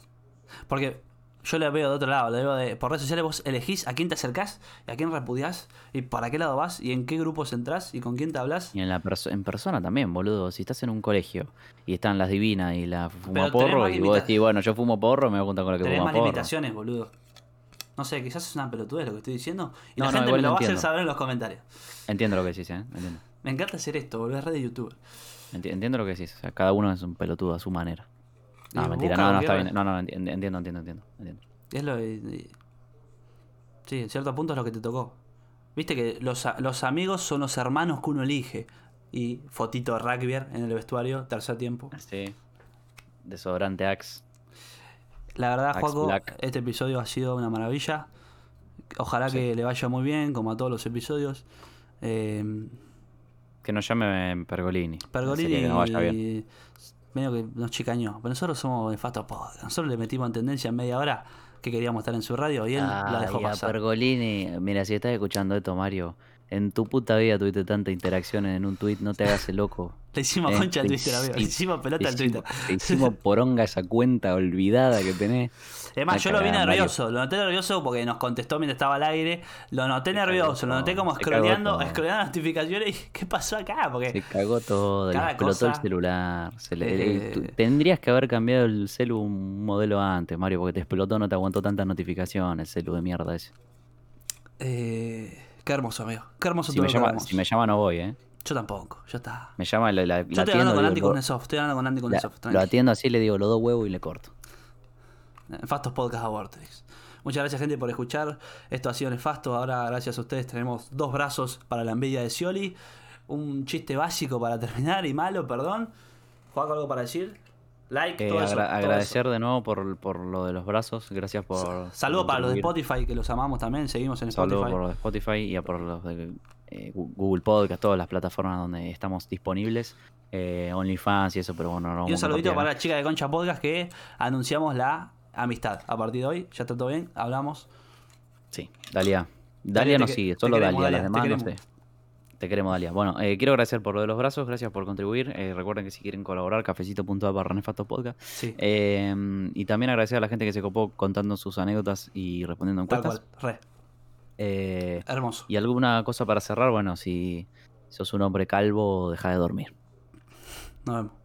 S1: Porque yo la veo de otro lado, la veo de. Por redes sociales vos elegís a quién te acercás, y a quién repudiás, y para qué lado vas, y en qué grupos entrás, y con quién te hablas.
S2: Y en, la perso- en persona también, boludo. Si estás en un colegio y están las divinas y la fuma
S1: tenés
S2: porro
S1: más
S2: y vos
S1: limita-
S2: decís, bueno, yo fumo porro, me voy a juntar con la que
S1: Tenés
S2: fuma
S1: más
S2: porro.
S1: limitaciones, boludo. No sé, quizás es una pelotudez lo que estoy diciendo. Y
S2: No,
S1: la
S2: no,
S1: gente
S2: igual
S1: me lo
S2: lo
S1: va a hacer
S2: entiendo.
S1: saber en los comentarios.
S2: Entiendo lo que decís, ¿eh? Entiendo.
S1: Me encanta hacer esto, boludo, es red de youtuber.
S2: Enti- entiendo lo que decís. O sea, cada uno es un pelotudo a su manera. No,
S1: Y
S2: mentira,
S1: busca
S2: no,
S1: lo
S2: no,
S1: que
S2: está
S1: va.
S2: bien. No, no, enti- entiendo, entiendo, entiendo. entiendo.
S1: Es lo. y- y- Sí, en cierto punto es lo que te tocó. Viste que los, a- los amigos son los hermanos que uno elige. Y fotito de rugby en el vestuario, tercer tiempo.
S2: Sí. Desodorante Axe.
S1: La verdad,
S2: Axe
S1: Juaco,
S2: Black.
S1: este episodio ha sido una maravilla. Ojalá que le vaya muy bien, como a todos los episodios. Eh,
S2: Que nos llame Pergolini.
S1: Pergolini
S2: Así que nos vaya bien.
S1: medio que nos chicañó. Pero nosotros somos de Fato Podcast. Nosotros le metimos en tendencia en media hora que queríamos estar en su radio y él la dejó
S2: Ay, Ah, a
S1: pasar.
S2: Pergolini, mira, si estás escuchando esto, Mario, en tu puta vida tuviste tanta interacción en un tweet, no te hagas el loco.
S1: Le hicimos
S2: Eh,
S1: concha al
S2: le
S1: Twitter, amigo. Le
S2: hici-
S1: hicimos pelota
S2: Te
S1: al Twitter.
S2: hicimos, te hicimos poronga esa cuenta olvidada que tenés.
S1: Es más,
S2: Una
S1: yo lo vi
S2: cagada, Mario.
S1: nervioso, lo noté nervioso porque nos contestó mientras estaba al aire. Lo noté
S2: cagó
S1: nervioso, lo noté
S2: todo,
S1: como
S2: se cagó
S1: scrolleando,
S2: todo.
S1: scrolleando notificaciones y dije, ¿qué pasó acá? Porque
S2: Se cagó todo, le
S1: Eh, Cada
S2: explotó el
S1: cosa,
S2: celular. se le- el- el- tu-
S1: eh,
S2: tendrías que haber cambiado el celu un modelo antes, Mario, porque te explotó, no te aguantó tantas notificaciones, el celu de mierda ese.
S1: Eh, qué hermoso, amigo. Qué hermoso
S2: Si
S1: todo
S2: me,
S1: lo que
S2: llama,
S1: hablamos.
S2: si me llama no voy, ¿eh?
S1: Yo tampoco, ya está.
S2: Me llama la,
S1: Yo
S2: la, la
S1: estoy
S2: atiendo,
S1: hablando con
S2: digo,
S1: Andy
S2: lo-
S1: Kuznetsov, estoy hablando con Andy
S2: la-
S1: Kuznetsov.
S2: lo atiendo así, le digo, los dos huevos y le corto.
S1: Nefastos Podcast Abortrix. Muchas gracias, gente, por escuchar. Esto ha sido nefasto. Ahora, gracias a ustedes, tenemos dos brazos para la envidia de Scioli. Un chiste básico para terminar y malo, perdón. Juan, algo para decir. Like,
S2: Eh,
S1: todo eso.
S2: agra-
S1: todo
S2: agradecer de nuevo por, por lo de los brazos, gracias por...
S1: eso. Saludos para los de
S2: contribuir.
S1: Spotify, que los amamos también. Seguimos en
S2: Saludos
S1: Spotify.
S2: por los de Spotify y a por los de eh, Gu- Google Podcast, todas las plataformas donde estamos disponibles. Eh, OnlyFans y eso, pero bueno, no
S1: Y
S2: lo
S1: un
S2: vamos a
S1: saludito
S2: compartir
S1: para
S2: acá.
S1: la chica de Concha Podcast que anunciamos la amistad. A partir de hoy, ya está todo bien, hablamos.
S2: Sí, Dalia.
S1: Dalia,
S2: Dalia
S1: te
S2: nos
S1: que-
S2: sigue,
S1: te
S2: solo
S1: queremos,
S2: Dalia, las
S1: Dalia,
S2: demás
S1: te
S2: no sé.
S1: queremos.
S2: Te queremos, Dalia. Bueno, eh, quiero agradecer por lo de los brazos, gracias por contribuir. Eh, recuerden que si quieren colaborar, cafecito.a barra nefasto podcast.
S1: Sí,
S2: Eh, y también agradecer a la gente que se copó contando sus anécdotas y respondiendo
S1: tal
S2: encuestas.
S1: cual, re,
S2: Eh,
S1: hermoso.
S2: y alguna cosa para cerrar, bueno, si sos un hombre calvo, deja de dormir.
S1: Nos vemos.